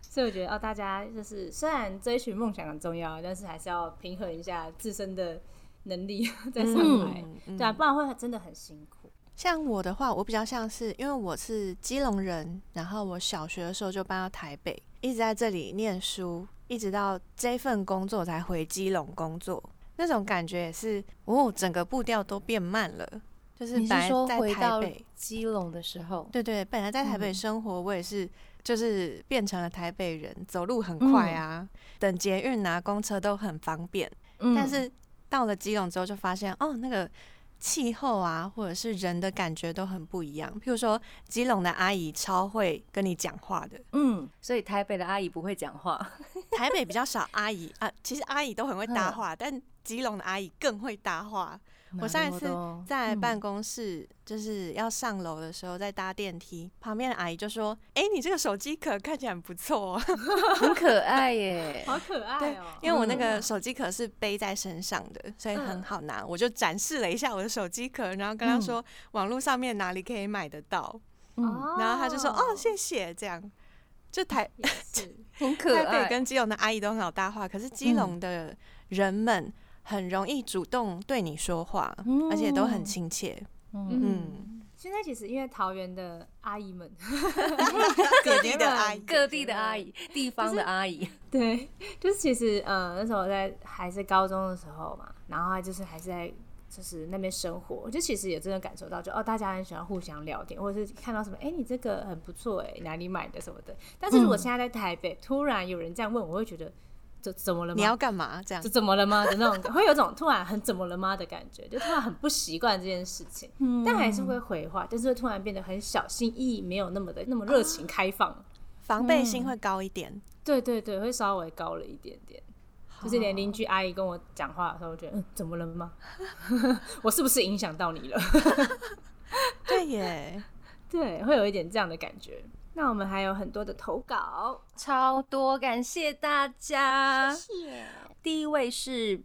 C: 所以我觉得哦，大家就是虽然追寻梦想很重要，但是还是要平衡一下自身的能力
D: 嗯
C: 再上来，对啊，不然会真的很辛苦。
D: 像我的话，我比较像是因为我是基隆人，然后我小学的时候就搬到台北，一直在这里念书，一直到这份工作才回基隆工作。那种感觉也是，哦，整个步调都变慢了。就是
B: 你
D: 本
B: 是
D: 来
B: 说
D: 在
B: 回
D: 台
B: 到
D: 北，
B: 基隆的时候？
D: 对对，本来在台北生活，我也是，就是变成了台北人，走路很快啊，等捷运啊、公车都很方便。
B: 嗯
D: 但是到了基隆之后，就发现哦，那个气候啊，或者是人的感觉都很不一样。譬如说，基隆的阿姨超会跟你讲话的，
B: 嗯，所以台北的阿姨不会讲话。
D: 台北比较少阿姨啊，其实阿姨都很会搭话，但基隆的阿姨更会搭话。我上一 次
B: 哦嗯
D: 在办公室就是要上楼的时候，在搭电梯，旁边的阿姨就说：“哎、你这个手机壳看起来很 不错、哦。”
B: 很可爱耶，
C: 好可爱
D: 对
C: 哦、，
D: 因为我那
B: 嗯
D: 个手机壳是背在身上的，所以很好拿。我就展示了一下我的手机壳，然后跟他说网络上面哪里可以买得到，
B: 嗯，
D: 然后他就说哦，谢谢这样。就台
C: 也是，
B: 很 可
D: 台
B: 爱嗯
D: 北。跟基隆的阿姨都很好搭话，可是基隆的人们很容易主动对你说话，
B: 嗯
D: 而且都很亲切。嗯，
C: 现在其实因为桃园的阿姨们，
B: 嗯
D: 各地的阿姨，
B: 各地的阿姨，地方的阿姨，
C: 对，就是其实呃那时候我在还是高中的时候嘛，然后就是还是在就是那边生活，就其实也真的感受到就，哦大家很喜欢互相聊天，或者是看到什么哎、诶你这个很不错哎、哪里买的什么的。但是如
D: 嗯
C: 果现在在台北、突然有人这样问，我会觉得这怎么了
D: 你要
C: 吗？
D: 干嘛？这样
C: 这怎么了吗的那种，会有种突然很怎么了吗的感觉，就突然很不习惯这件事情，但还是
D: 嗯
C: 会回话，就是会突然变得很小心翼翼，没有那么的那么热
D: 啊
C: 情开放。
D: 防备
C: 嗯
D: 心会高一点。
C: 对对对，会稍微高了一点点。就是连邻居阿姨跟我讲话的时候，我觉得嗯，怎么了吗？ 我是不是影响到你了？
D: 对耶，
C: 对，会有一点这样的感觉。那我们还有很多的投稿，
B: 超多，感谢大家。
A: 谢。
B: 第一位是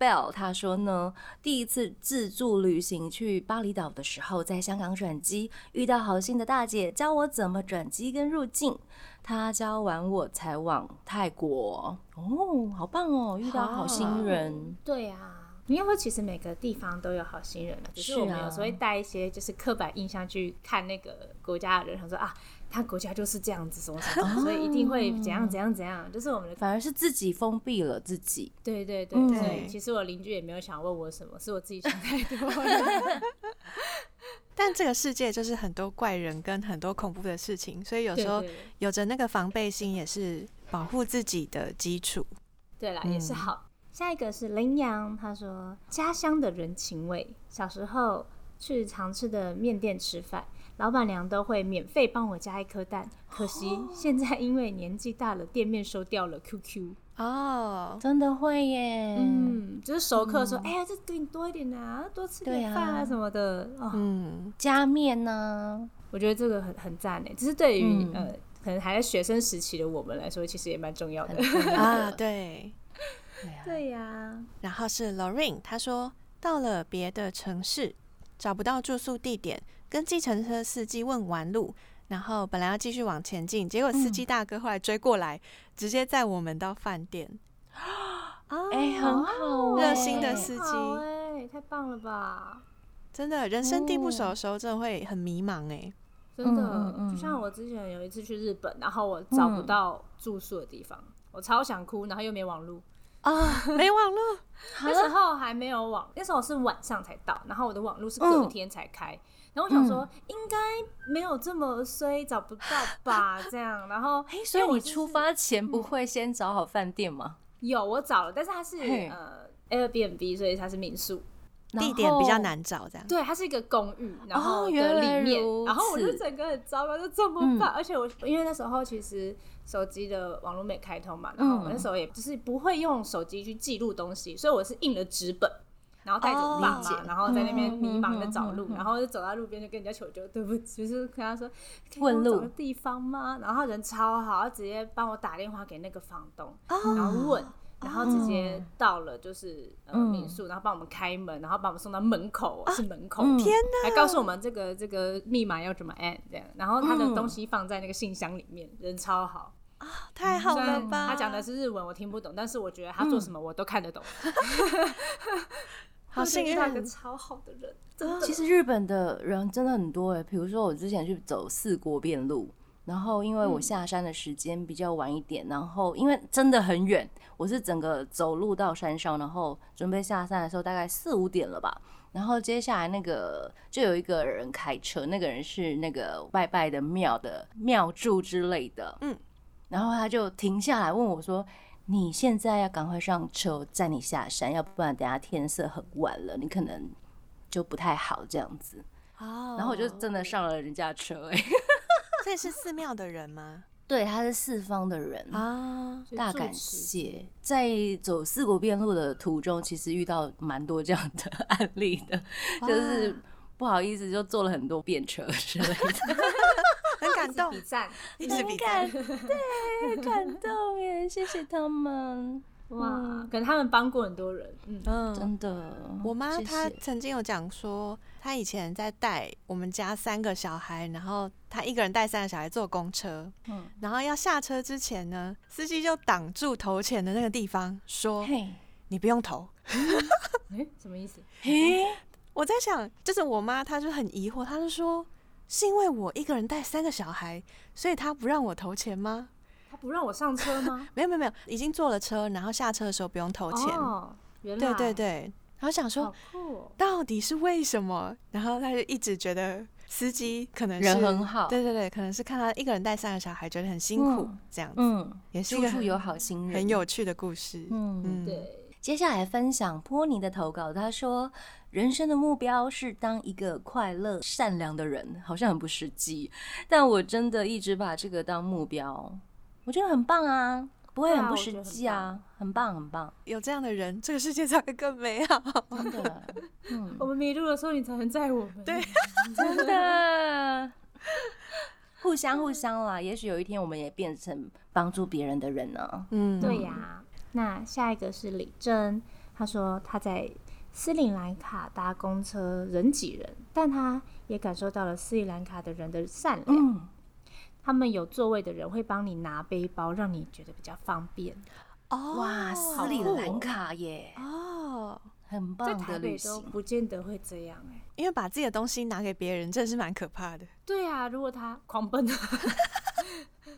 B: Bell，他说呢，第一次自助旅行去巴厘岛的时候，在香港转机，遇到好心的大姐教我怎么转机跟入境，她教完我才往泰国。哦，好棒哦，遇到好心人。
C: 对啊，应该说其实每个地方都有好心人了，只是
B: 是
C: 我们有
B: 啊
C: 时候会带一些就是刻板印象去看那个国家的人，想说啊，他国家就是这样子，什么什么，所以一定会怎样怎样怎样，就是我们的
B: 反而是自己封闭了自己，
C: 对对对，
B: 嗯
C: 所以
D: 对
C: 其实我邻居也没有想问我什么，是我自己想太多了。
D: 但这个世界就是很多怪人跟很多恐怖的事情，所以有
C: 对
D: 时候
C: 对对
D: 有着那个防备心也是保护自己的基础。
C: 对啦，也是好。下一个是羚羊，他说家乡的人情味，小时候去常吃的面店吃饭，老板娘都会免费帮我加一颗蛋。可惜现在因为年纪大了，店面收掉了 QQ。
D: 哦，
B: 真的会耶。
C: 嗯，就是熟客说，哎呀，这给你多一点啊，多吃
B: 对
C: 点
B: 啊
C: 饭啊什么的。哦，
D: 嗯，
B: 加面 呢、
C: 我觉得这个很很赞诶，就是对于
B: 嗯
C: 呃，可能还在学生时期的我们来说，其实也蛮重要的
B: 很。重要的
D: 啊，，对。
C: 对呀，
D: 然后是 Lorraine，她说到了别的城市，找不到住宿地点，跟计程车司机问完路，然后本来要继续往前进，结果司
C: 嗯
D: 机大哥后来追过来，直接载我们到饭店。啊
B: 哎、很
C: 哦
B: 好、欸，
D: 热心的司机
C: 好哎，太棒了吧！
D: 真的，人生地不熟
B: 哦
D: 的时候，真的会很迷茫哎、
C: 真的，
B: 嗯嗯
C: 就像我之前有一次去日本，然后我找不到住宿的地方，我超想哭，然后又没网路。
D: 啊，没网络，
C: 那时候还没有网，那时候是晚上才到，然后我的网路是
B: 嗯
C: 隔天才开。然后我想说，应该没有这么衰，找不到吧？这样，然后
B: 哎、所以
C: 因为我
B: 你
C: 就是嗯
B: 出发前不会先找好饭店吗？
C: 有我找了，但是它是
B: 嘿
C: 呃 Airbnb，所以它是民宿，
B: 然后
D: 地点比较。难找，这样。
C: 对，它是一个公寓，然后
B: 哦
C: 的
B: 原来
C: 里面，
B: 如
C: 然后我就
B: 此嗯
C: 整个很糟糕，就怎么办？而且我因为那时候其实手机的网络没开通嘛，然后我
B: 嗯
C: 那时候也就是不会用手机去记录东西，所以我是印了纸本，然后带着我爸
D: 哦理
C: 妈，
D: 解
C: 然后在那边
B: 嗯
C: 迷茫的
B: 嗯
C: 找
B: 嗯
C: 路，
B: 嗯
C: 然后就走到路边就跟人家求救，对不起，就是跟他说可以
B: 问
C: 帮我找
B: 路
C: 个地方吗？然后他人超好，他直接帮我打电话给那个房东，
B: 哦
C: 然后 问。然后直接到了，就是呃
B: 嗯
C: 民宿，然后帮我们开门，然后把我们送到门口，是门口，
B: 嗯天
C: 哪！还告诉我们这个这个密码要怎么按这样，然后他的
B: 嗯
C: 东西放在那个信箱里面，人超好。
D: 太好
C: 虽
D: 了
B: 嗯
C: 然
D: 吧？
C: 他讲的是日文，我听不懂，但是我觉得他做什么我都看得懂。
D: 好幸
C: 遇
D: 运
C: 到一个超好的人，真的。
B: 其实日本的人真的很多哎、比如说我之前去走四国遍路，然后因为我下山的时间比较晚一点，然后因为真的很远，我是整个走路到山上，然后准备下山的时候大概四五点了吧。然后接下来那个就有一个人开车，那个人是那个拜拜的庙的庙祝之类的，
D: 嗯，
B: 然后他就停下来问我说：“你现在要赶快上车，载你下山，要不然等下天色很晚了，你可能就不太好这样子。”
D: 哦，
B: 然后我就真的上了人家车、欸，
D: 所以是寺庙的人吗？
B: 对，他是四方的人，
D: 啊，
C: 所以
B: 大
C: 住
B: 感
C: 持
B: 谢。在走四国遍路的途中，其实遇到蛮多这样的 案例的，就是不好意思，就坐了很多便车之类 的，
D: 很感 动
C: 比，赞，
D: 一直比
B: 感
D: 赞，
B: 对，感动耶，谢谢他们，嗯
C: 哇，可能他们帮过很多人，
B: 哦
C: 嗯，
D: 嗯。
B: 真的。
D: 我妈
B: 谢
D: 她
B: 谢
D: 曾经有讲说，她以前在带我们家三个小孩，然后她一个人带三个小孩坐公车，
B: 嗯
D: 然后要下车之前呢，司机就挡住投钱的那个地方，说
B: 嘿，
D: 你不用投。
C: 哎，什么意思？
B: 嘿，
D: 我在想，就是我妈她就很疑惑，她就说是因为我一个人带三个小孩，所以她不让我投钱吗？
C: 他不让我上车吗？
D: 没有没有没有，已经坐了车，然后下车的时候不用投钱。
C: 哦，原来
D: 对对，对，然后想说
C: 好酷哦。
D: 到底是为什么？然后他就一直觉得司机可能是
B: 人很好
D: 对对对，可能是看他一个人带三个小孩，觉得很辛苦，
B: 嗯
D: 这样子、
B: 嗯，
D: 也是一
B: 处
D: 个
B: 处有好心人，
D: 很有趣的故事。
B: 嗯
D: 嗯，，
C: 对，
B: 接下来分享波尼的投稿，他说：“人生的目标是当一个快乐、善良的人，好像很不实际，但我真的一直把这个当目标，我觉得很棒啊，不会
C: 对啊
B: 很不
C: 我
B: 实
C: 觉得很
B: 际啊，很棒，很棒，
D: 有这样的人，这个世界才会更美 好。
B: 真的，嗯，
C: 我们迷路的时候你才能载我们。
D: 对，
B: 真的， 互相互相啦，也许有一天我们也变成帮助别人的人呢。
D: 嗯，
C: 对呀、那下一个是李真，他说他在斯里兰卡搭公车人挤人，但他也感受到了斯里兰卡的人的善良。
B: 嗯，
C: 他们有座位的人会帮你拿背包，让你觉得比较方便。
D: 哦，
B: 哇，斯里兰卡耶，
D: 哦，
B: 很
C: 在
B: 棒
C: 台
B: 的
C: 北
B: 旅
C: 都
B: 行，
C: 不见得会这样哎、
D: 因为把自己的东西拿给别人，真的是蛮可怕的
C: 对啊，如果他狂奔，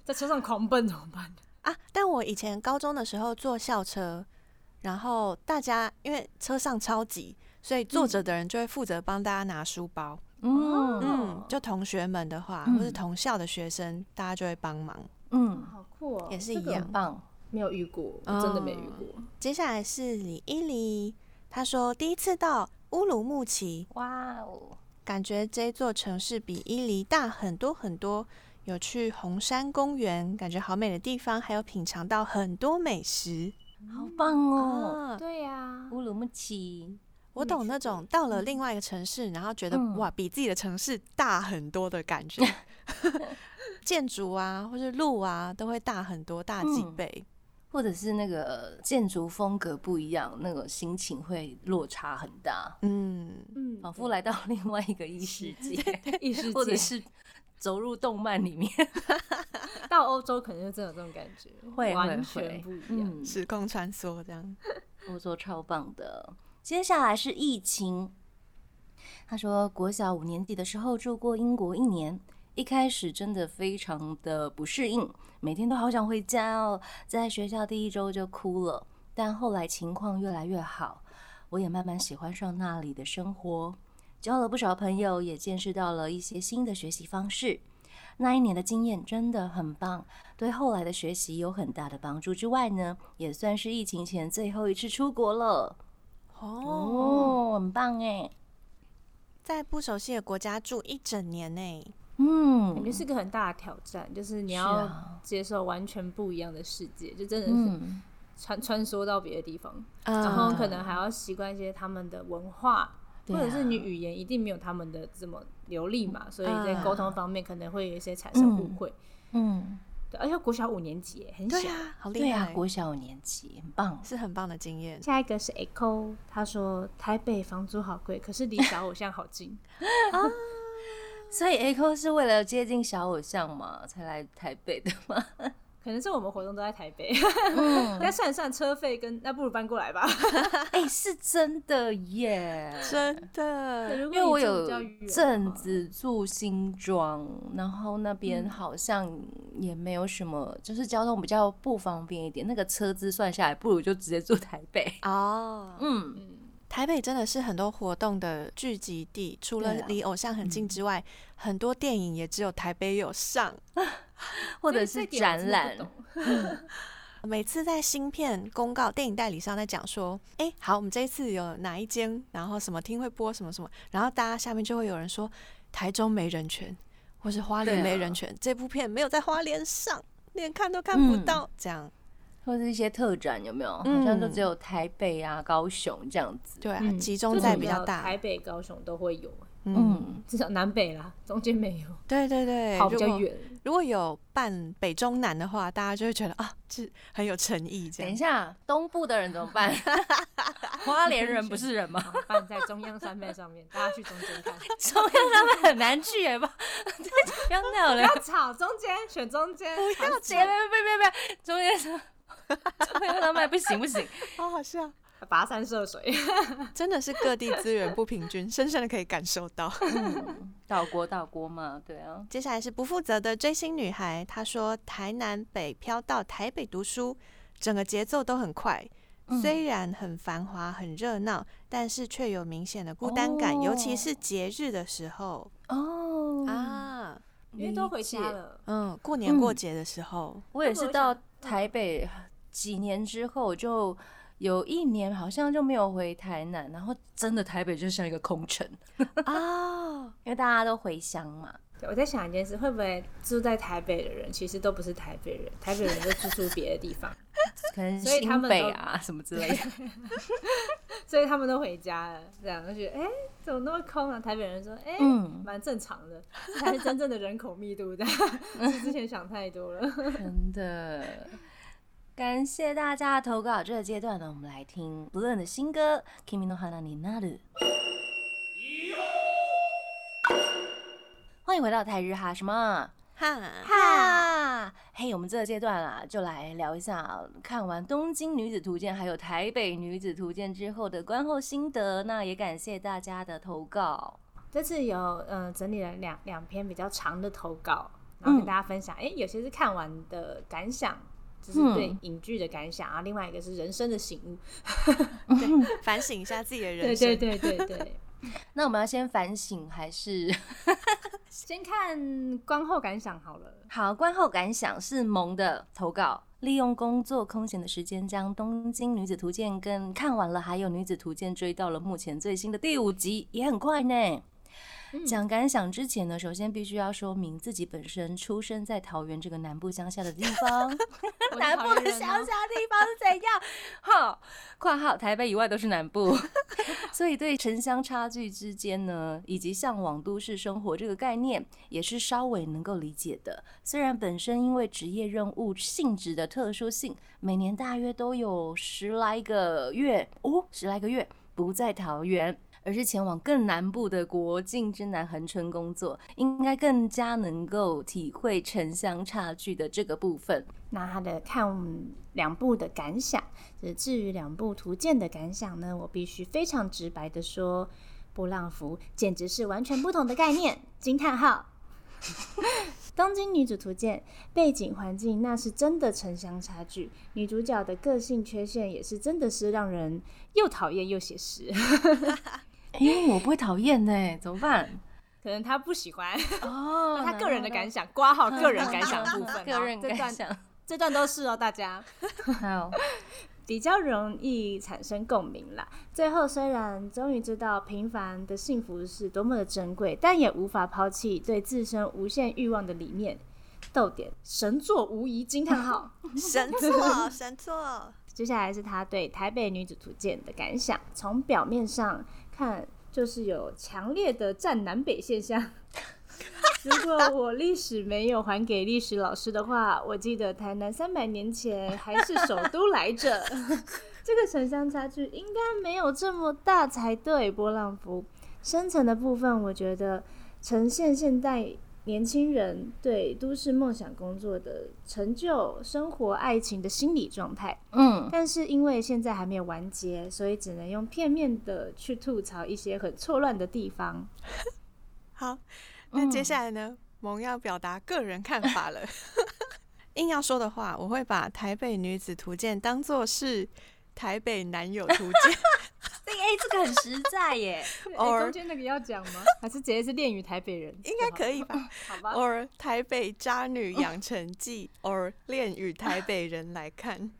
C: 在车上狂奔怎么办？
D: 啊。但我以前高中的时候坐校车，然后大家因为车上超级，所以坐着的人就会负责帮大家拿书包。
B: 嗯
D: 嗯
C: 哦，
D: 就同学们的话，
B: 嗯
D: 或是同校的学生，大家就会帮忙，
B: 嗯，
C: 好酷哦，
D: 也是
C: 这
D: 一
C: 个
D: 样
B: 很。棒。”
C: 没有遇过，我真的没遇
D: 哦
C: 过。
D: 接下来是李伊犁，他说第一次到乌鲁木齐，
B: 哇哦，
D: 感觉这座城市比伊犁大很多很多。有去红山公园，感觉好美的地方，还有品尝到很多美食
B: 好棒哦！
D: 啊！
C: 对呀、
B: 乌鲁木齐，
D: 我懂那种到了另外一个城市，然后觉得、
B: 嗯
D: 哇，比自己的城市大很多的感觉， 建筑啊，或是路啊，都会大很多，大几
B: 嗯
D: 倍。
B: 或者是那个建筑风格不一样，那个心情会落差很大，
D: 嗯，
C: 嗯，
B: 仿佛来到另外一个异世界，
C: 异世
B: 或者
C: 界。
B: 是走入动漫里面，
C: 到欧洲可能就真的有这种感觉，
B: 会
C: 完
B: 会会
C: 全不一样。
B: 嗯，
D: 时空穿梭这样。
B: 我做超棒的。接下来是疫情，他说国小五年级的时候住过英国一年，一开始真的非常的不适应，每天都好想回家哦，在学校第一周就哭了，但后来情况越来越好，我也慢慢喜欢上那里的生活，交了不少朋友，也见识到了一些新的学习方式。那一年的经验真的很棒，对后来的学习有很大的帮助。之外呢，也算是疫情前最后一次出国了。
D: 哦，
B: 哦，很棒哎，
D: 在不熟悉的国家住一整年呢。
B: 嗯，
C: 感觉是个很大的挑战，就是你
B: 是
C: 要
B: 啊
C: 接受完全不一样的世界，就真的是
B: 嗯，
C: 穿穿梭到别的地方，
D: 嗯
C: 然后可能还要习惯一些他们的文化，
D: 对
C: 或
D: 啊
C: 者是你语言一定没有他们的这么流利嘛，所以在沟通方面可能会有一些产生误会。
B: 嗯，
C: 对，而且国小五年级耶很小
D: 对。啊，好
B: 对
D: 厉
B: 啊
D: 害，，
B: 国小五年级很棒，
D: 是很棒的经验。
C: 下一个是 Echo，他说台北房租好贵，可是离小偶像好近。
B: 所以 Echo 是为了接近小偶像嘛，才来台北的嘛。
C: 可能是我们活动都在台北，
B: 嗯，
C: 那算一算车费跟那不如搬过来吧。
B: 哎、是真的耶，
D: 真的，
C: 因
B: 因为我有阵子住新庄，然后那边好像也没有什么，就是交通比较不方便一点。那个车资算下来，不如就直接住台北。
D: 哦，
B: 嗯，
D: 台北真的是很多活动的聚集地，除了
B: 对啊
D: 离偶像很近之外，很多电影也只有台北有上。
B: 或者是展览，
D: 每次在芯片公告、电影代理商在讲说，哎、好，我们这一次有哪一间，然后什么厅会播什么什么，然后大家下面就会有人说，台中没人权，或是花莲
B: 对啊
D: 没人权，这部片没有在花莲上，连看都看不
B: 嗯
D: 到，这样，
B: 或者一些特展，有没有？
D: 嗯
B: 好像都只有台北啊、高雄这样子。
D: 对啊，
C: 嗯
D: 集中在比较大，
C: 台北、高雄都会有，
D: 嗯，
B: 嗯，
C: 至少南北啦，中间没有，
D: 对对对，
C: 跑比较
D: 如果。
C: 远。
D: 如果有办北中南的话，大家就会觉得啊，这很有诚意这
B: 等一
D: 样。
B: 下，东部的人怎么办？ 花莲人不是人吗？
C: 办在中央山脉上面，大家去中间看。
B: 中央他们很难去耶吧？不要闹
C: 不
B: 了
C: 要，吵，中间选中间。 不
B: 不要别别别别别， 中间是中央山脉不行不行，
D: 好好笑，
C: 跋山涉水。
D: 真的是各地资源不平均，深深的可以感受到。
B: 岛国岛国嘛，对啊，
D: 接下来是不负责的追星女孩，她说台南北漂到台北读书，整个节奏都很快。
C: 嗯
D: 虽然很繁华、很热闹，但是却有明显的孤单感，尤其是节日的时候
C: 嗯
B: 哦，
D: 啊，
C: 因为都回家了，
D: 嗯，过年
B: 嗯
D: 过节的时候，
B: 我嗯也是到台北几年之后，就有一年好像就没有回台南，然后真的台北就像一个空城，
D: 啊，
B: 因为大家都回乡嘛。
C: 对我在想一件事，会不会住在台北的人其实都不是台北人，台北人就住住别的地方，
B: 可能
C: 所以他
B: 新
C: 们
B: 北
C: 都
B: 啊什么之类的，
C: 所以他们都回家了，这样就觉得哎、怎么那么空啊？台北人说哎，
B: 嗯
C: 蛮、正常的，这才是真正的人口密度的。是 之前想太多了。
B: 真的。感谢大家的投稿，这个阶段呢，我们来听 Blue 的新歌《Kimi no Hana ni Naru》。欢迎回到台日哈什么？
D: 哈，
B: 哈， 嘿，我们这个阶段啊，就来聊一下嗯看完《东京女子图鉴》还有《台北女子图鉴》之后的观后心得。那也感谢大家的投稿。
C: 这次有嗯、呃整理了两两篇比较长的投稿，然后跟
B: 嗯
C: 大家分享。哎、有些是看完的感想，就是对
B: 嗯
C: 影剧的感想啊，另外一个是人生的醒悟。
D: 对，反省一下自己的人
C: 对
D: 生，
C: 对对对对，
B: 那我们要先反省还是
C: 先看观后感想好了。
B: 好？观后感想是萌的投稿，利用工作空闲的时间，将《东京女子图鉴》跟看完了，还有《女子图鉴》追到了目前最新的第五集，也很快呢。讲感想之前呢，首先必须要说明自己本身出生在桃园这个南部乡下的地方。
C: 我
B: 南部的
C: 人
B: 乡下地方是怎样？ 哈，括号台北以外都是南部，所以对城乡差距之间呢，以及向往都市生活这个概念，也是稍微能够理解的。虽然本身因为职业任务性质的特殊性，每年大约都有十来个月哦，十来个月不在桃园。而是前往更南部的国境之南横春工作，应该更加能够体会城乡差距的这个部分。
C: 那他的看两部的感想，就是至于两部图鉴的感想呢，我必须非常直白的说，波浪符简直是完全不同的概念！惊叹号！ 东京女子图鉴背景环境那是真的城乡差距，女主角的个性缺陷也是真的是让人又讨厌又写实，
B: 因为我不会讨厌呢，怎么办？
C: 可能她不喜欢，
B: 哦，
C: 她个人的感想，挂号个人感想的部分然
B: 嗯个
C: 后
B: 人
C: 这
B: 感
C: 段
B: 想。
C: 这段都是哦，大家。
B: 好，
C: 比较容易产生共鸣啦。最后虽然终于知道平凡的幸福是多么的珍贵，但也无法抛弃对自身无限欲望的理念。逗点，神作无疑！惊叹号。
D: 神作，神作，
C: 接下来是他对台北女子图鉴的感想。从表面上看，就是有强烈的占南北现象。 如果我历史没有还给历史老师的话，我记得台南三百年前还是首都来着。 这个城乡差距应该没有这么大才对。波浪符深层的部分，我觉得呈现现代年轻人对都市梦想工作的成就、生活、爱情的心理状态。
B: 嗯，
C: 但是因为现在还没有完结，所以只能用片面的去吐槽一些很错乱的地 方。
D: 好，那
B: 嗯
D: 接下来呢，萌要表达个人看法了。 硬要说的话，我会把《台北女子图鉴》当做是《台北男友图鉴
B: 这个哎、这个很实在耶。
D: 偶
C: 诶
D: 尔
C: 哎中间那个要讲 吗？还是直接是恋与台北人？》，
D: 应该可以吧？
C: 好吧。
D: or《台北渣女养成记》or《恋与台北人》来看。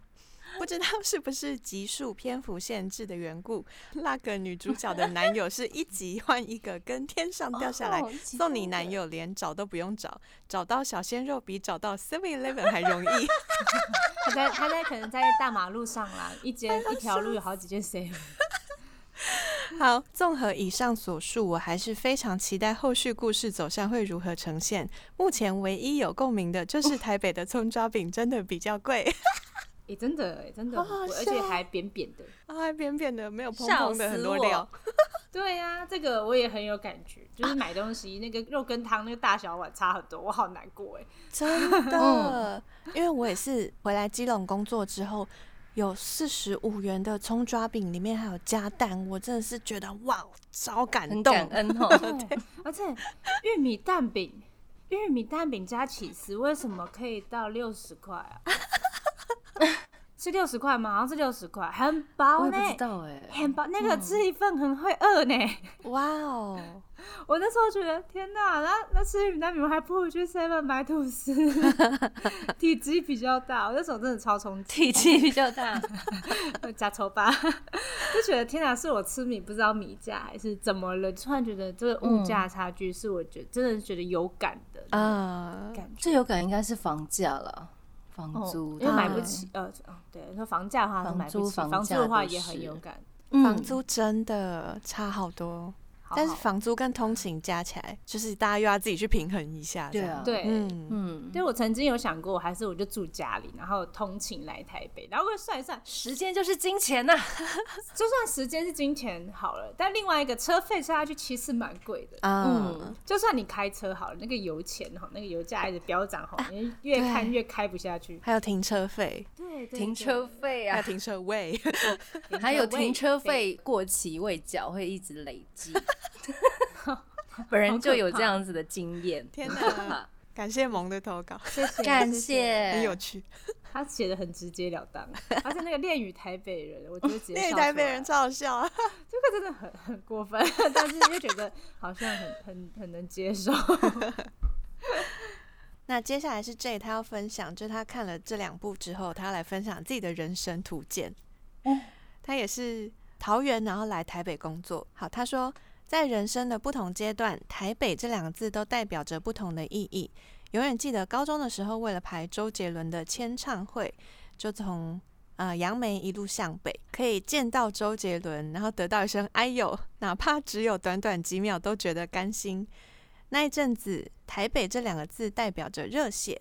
D: 不知道是不是集数篇幅限制的缘故，那个女主角的男友是一集换一个，跟天上掉下来
B: 哦集
D: 送你
B: 数
D: 男
B: 的
D: 友，连找都不用找，找到小鲜肉比找到 Seven Eleven 还容易。
C: 他在他在可能在大马路上啦，一
D: 哎
C: 间一条路有好几间 C。
D: 好，综合以上所述，我还是非常期待后续故事走向会如何呈现。目前唯一有共鸣的
B: 哦
D: 就是台北的葱抓饼真的比较贵，
C: 诶、哎真的、诶真的
D: 好
C: 很贵，
D: 好
C: 而且
D: 笑
C: 还扁扁的。
D: 啊，扁扁的没有蓬
B: 笑
D: 蓬的很
B: 死
D: 多
B: 我
D: 料。
C: 对呀、这个我也很有感觉，就是买东西、那个肉跟汤那个大小碗差很多，我好难过哎。
D: 真
B: 嗯
D: 的， 因为我也是回来基隆工作之后，有四十五元的葱抓饼，里面还有加蛋，我真的是觉得哇，哦超感
B: 很
D: 动。
B: 感恩哦。
C: 对，而且玉米蛋饼，玉米蛋饼加起司为什么可以到六十块啊？ 是六十块吗？好像是六十块，很
B: 我
C: 薄
B: 也
C: 呢
B: 不，知道哎、
C: 很薄。那个吃一份很会饿呢。
D: 哇哦，
C: 我那时候觉得天哪，那那吃玉米蛋饼我还不如去 Seven 买吐司， 体积比较大。我那时候真的超冲击。
B: 体积 比较大，
C: 加抽吧，就觉得天哪，是我吃米不知道米价还是怎么了？突然觉得这个物价差距是我觉得、真的觉得有感的啊，
D: 啊、
C: 感觉
B: 最有感应该是房价了，房
C: 哦
B: 租、
C: 因为买不
B: 对
C: 起，呃，哦对，说房价的话是
B: 房
C: 买不
B: 租
C: 起，
B: 房
C: 房租
B: 价
C: 的话
B: 都
C: 也很
B: 是
C: 有感，
B: 嗯
D: 房租真的差好多。
C: 好
D: 但是
C: 好
D: 房租跟通勤加起来，就是大家又要自己去平衡一下。
B: 对
D: 这
B: 啊
D: 样，
C: 对。
D: 嗯，
B: 嗯，
C: 对，我曾经有想过，还是我就住家里，然后通勤来台北，然后我算一算，
B: 时间就是金钱呐、
C: 就算时间是金钱好了，但另外一个车费下去其实蛮贵的。
B: 嗯
D: 啊，
C: 就算你开车好了，那个油钱哈，那个油价一直飙涨哈，你越看越开不下去。
D: 还有停车费，
C: 对，对
B: 停
C: 对
B: 车费
D: 还
B: 啊，
D: 有停车位，
B: 还有停车
C: 位，
B: 费过期未缴，会一直累 积。本人就有这样子的经验，
D: 天 哪！感谢萌的投稿，
C: 谢谢
B: 感
C: 谢谢
B: 谢，
D: 很有趣。
C: 他写的很直截了当，而且那个恋与台北人，我觉得直 接
D: 那
C: 笑
D: 台
C: 出
D: 北
C: 来
D: 人超好笑啊！
C: 这个真的很很过分， 但是又觉得好像很很很能接 受。
D: 那接下来是 J，他要分享，就是他看了这两部之后，他要来分享自己的人生图鉴。他也是桃园，然后来台北工作。好，他说在人生的不同阶段，台北这两个字都代表着不同的意义。永远记得高中的时候，为了排周杰伦的签唱会，就从呃杨梅一路向北，可以见到周杰伦，然后得到一声“哎呦”，哪怕只有短短几秒，都觉得甘心。那一阵子，台北这两个字代表着热血。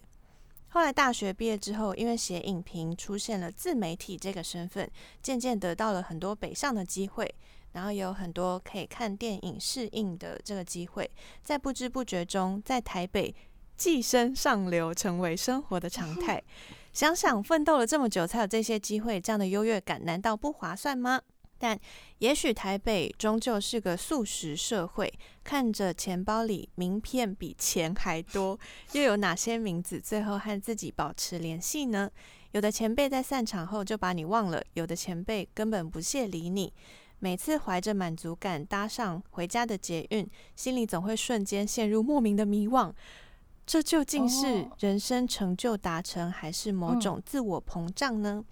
D: 后来大学毕业之后，因为写影评出现了自媒体这个身份，渐渐得到了很多北上的机会，然后也有很多可以看电影试映的这个机会，在不知不觉中，在台北寄生上流，成为生活的常态。想想奋斗了这么久才有这些机会，这样的优越感难道不划算吗？但也许台北终究是个素食社会，看着钱包里名片比钱还多，又有哪些名字最后和自己保持联系呢？有的前辈在散场后就把你忘了，有的前辈根本不屑理你。每次怀着满足感搭上回家的捷运，心里总会瞬间陷入莫名的迷惘。这究竟是
B: 哦
D: 人生成就达成，还是某种自我膨胀呢？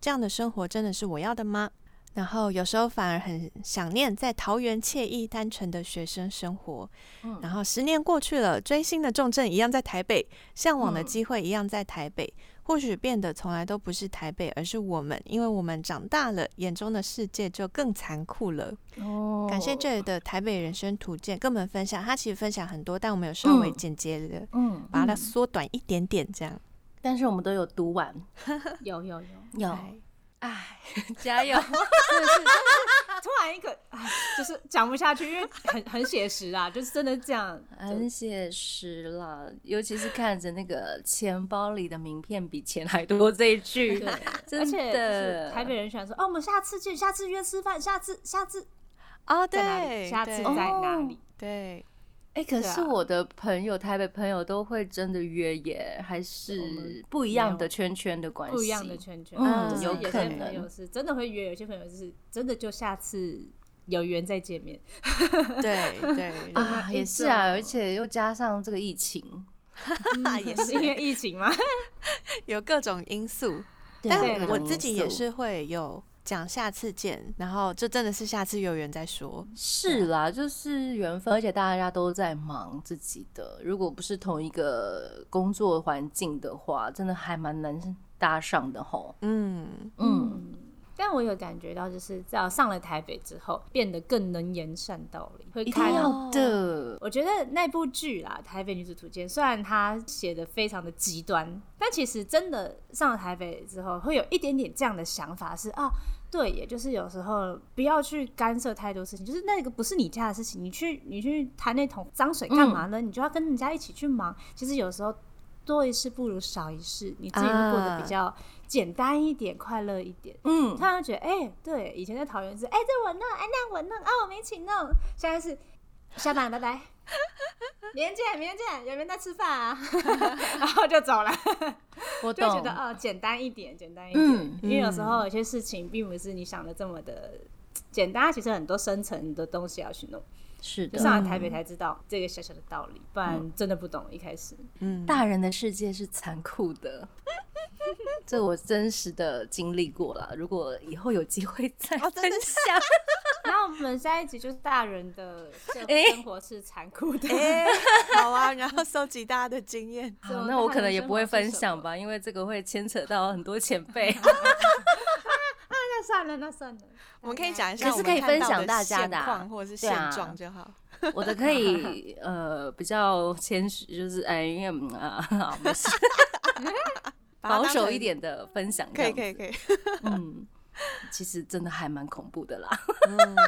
D: 这样的生活真的是我要的吗？然后有时候反而很想念在桃园惬意单纯的学生生活。
B: 嗯
D: 然后十年过去了，追星的重镇一样在台北，向往的
B: 嗯
D: 机会一样在台北，或许变得从来都不是台北，而是我们，因为我们长大了，眼中的世界就更残酷了。
B: 哦
D: 感谢这里的台北人生图鉴跟我们分享，他其实分享很多，但我们有稍微
B: 嗯
D: 简洁的、
B: 嗯，
D: 把它缩短一点点，这样。
B: 但是我们都有读完，
C: 有有有，
B: 有，
D: 哎
B: 哎，加油！
C: 真的是，真的是突然一个，哎，就是讲不下去，因为很很写实啊，就是嗯真的这样。
B: 很写实了，尤其是看着那个钱包里的名片比钱还多这一句
C: 对，，而
B: 真
C: 且就是
B: 的
C: 台北人喜欢说，哦，我们下次去，下次约吃饭，下次下次
D: 哦，
C: 在哪里？
D: 对，
C: 下次
D: 对
C: 在哪
B: 哦
C: 里？
D: 对，
B: 哎、可
C: 对啊
B: 是我的朋友，台北朋友都会真的约耶，还是不一样的圈圈的关系，
C: 哦不一样的圈圈，
B: 嗯
C: 就是
D: 有
C: 有
D: 可
C: 些
D: 能
C: 朋友是真的会约，有些朋友是真的就下次有缘再见面。
D: 对 对
B: 啊，也是啊，而且又加上这个疫情，
D: 对，也
C: 是因为疫情吗？
D: 有各种因素，
C: 对
D: 但
B: 各
D: 我
B: 种
D: 自己
B: 啊因
D: 也
B: 素
D: 是会有讲下次见，然后就真的是下次有缘再说。
C: 啊
B: 是啦，就是缘分，而且大家都在忙自己的，如果不是同一个工作环境的话，真的还蛮难搭上的吼。
D: 嗯，
B: 嗯，
C: 但我有感觉到，就是在上了台北之后，变得更能言善道理，会
B: 一
C: 看
B: 定
C: 到
B: 要的，
C: 我觉得那部剧啦，《台北女子图鉴》，虽然它写的非常的极端，但其实真的上了台北之后，会有一点点这样的想法是啊，对耶，也就是有时候不要去干涉太多事情，就是那个不是你家的事情，你去你去谈那桶脏水干嘛呢？你就要跟人家一起去忙。其实有时候多一事不如少一事，你自己会过得
D: 啊
C: 比较简单一点，快乐一点。
B: 嗯
C: 突，然觉得，哎、对，以前在桃园是，哎、这我弄，哎、那我弄，啊，我们一起弄。现在是下班了，拜拜，明天见，明天见，有没有在吃饭啊？ 然后就走了，
B: 我
C: 就会觉
B: 懂
C: 得，哦，简单一点，简单一点。
B: 嗯
C: 因为有时候有些事情并不是你想的这么的简单，其实很多深层的东西要去弄。
B: 是
C: 就
B: 的，
C: 上了台北才知道这个小小的道理，不
B: 嗯
C: 然真的不懂。一开始，
B: 大人的世界是残酷的， 这我真实的经历过了。如果以后有机会再
D: 哦
B: 分
D: 真的
B: 享，
C: 那我们下一集就是大人的社
B: 哎
C: 生活是残酷的。
D: 哎，好啊，然后收集大家的经验。
B: 好那我可能也不会分享
C: 吧。
B: 吧，因为这个会牵扯到很多前辈。
C: 那 算了，那算了，
D: 我们可以讲一下
B: 啊可是
D: 我们
B: 可以
D: 看到
B: 分享
D: 的
B: 大家的
D: 现
B: 啊
D: 况或者是
B: 对
D: 现
B: 啊
D: 状就好。
B: 我的可以呃比较谦虚，就是哎，因为嗯啊， 好没事，
D: 把它
B: 保
D: 当
B: 守
D: 成
B: 一，点的分享。
D: 可以可以，可以。
B: 嗯，其实真的还蛮恐怖的啦。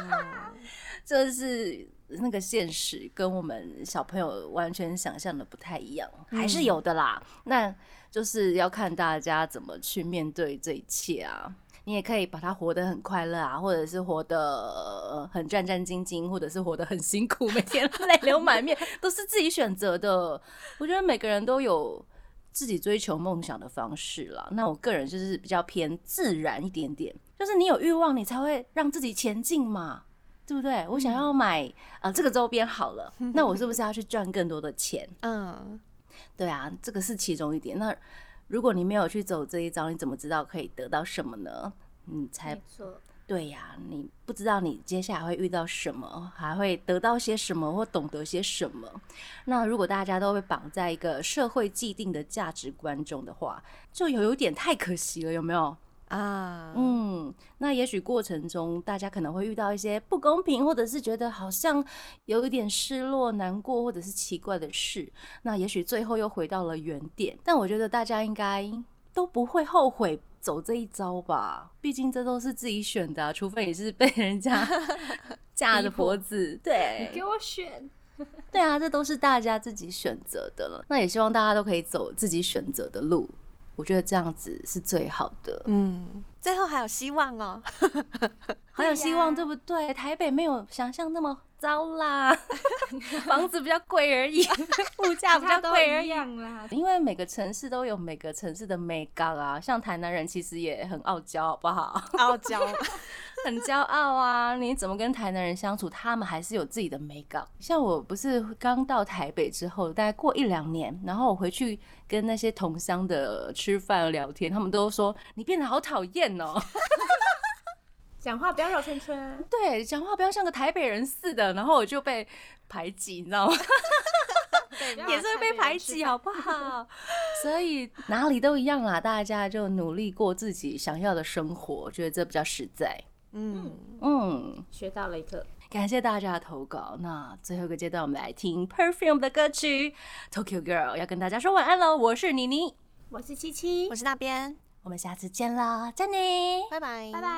B: 就是那个现实跟我们小朋友完全想象的不太一样，还是有的啦。那就是要看大家怎么去面对这一切啊。你也可以把它活得很快乐啊，或者是活得呃很战战兢兢，或者是活得很辛苦，每天 泪流满面，都是自己选择的。我觉得每个人都有自己追求梦想的方式啦。那我个人就是比较偏自然一点点，就是你有欲望，你才会让自己前进嘛。对不对？我想要买啊、呃这个周边好了，那我是不是要去赚更多的钱？
D: 嗯，
B: 对啊，这个是其中一点。那如果你没有去走这一招，你怎么知道可以得到什么呢？你才
C: 没错。
B: 对呀、你不知道你接下来会遇到什么，还会得到些什么，或懂得些什么。那如果大家都被绑在一个社会既定的价值观中的话，就有一点太可惜了，有没有？
D: 啊，
B: 嗯，那也许过程中大家可能会遇到一些不公平，或者是觉得好像有一点失落、难过，或者是奇怪的事。那也许最后又回到了原点，但我觉得大家应该都不会后悔走这一招吧，毕竟这都是自己选的啊、除非你是被人家架着脖子。对，
C: 给我选，
B: 对啊，这都是大家自己选择的了。那也希望大家都可以走自己选择的路，我觉得这样子是最好的。
D: 嗯，最后还有希望哦。
B: 好有希望，
C: 对
B: 对不对？台北没有想象那么糟 啦，房子比较贵而已，物价比
C: 大
B: 较
C: 家都
B: 贵而
C: 一
B: 已。
C: 样啦。
B: 因为每个城市都有每个城市的美感啊，像台南人其实也很傲娇，好不 好？
D: 傲娇，
B: 很骄傲啊！你怎么跟台南人相处，他们还是有自己的美感。像我不是刚到台北之后，大概过一两年，然后我回去跟那些同乡的吃饭聊天，他们都说你变得好讨厌哦。
C: 讲话不要绕圈圈，
B: 对，讲话不要像个台北人似的，然后我就被排挤，你知道吗？
C: 被骂
B: 也是会被排挤，。哦好不好？ 所以哪里都一样啦，大家就努力过自己想要的生活，我觉得这比较实在。
D: 嗯，
B: 嗯，
C: 学到了一课，
B: 感谢大家的投稿。那最后一个阶段，我们来听 Perfume 的歌曲《Tokyo Girl》，要跟大家说晚安喽。我是妮妮，
C: 我是七七
D: 我，是那边，
B: 我们下次见啦，再见。
D: 拜拜，
C: 拜。拜。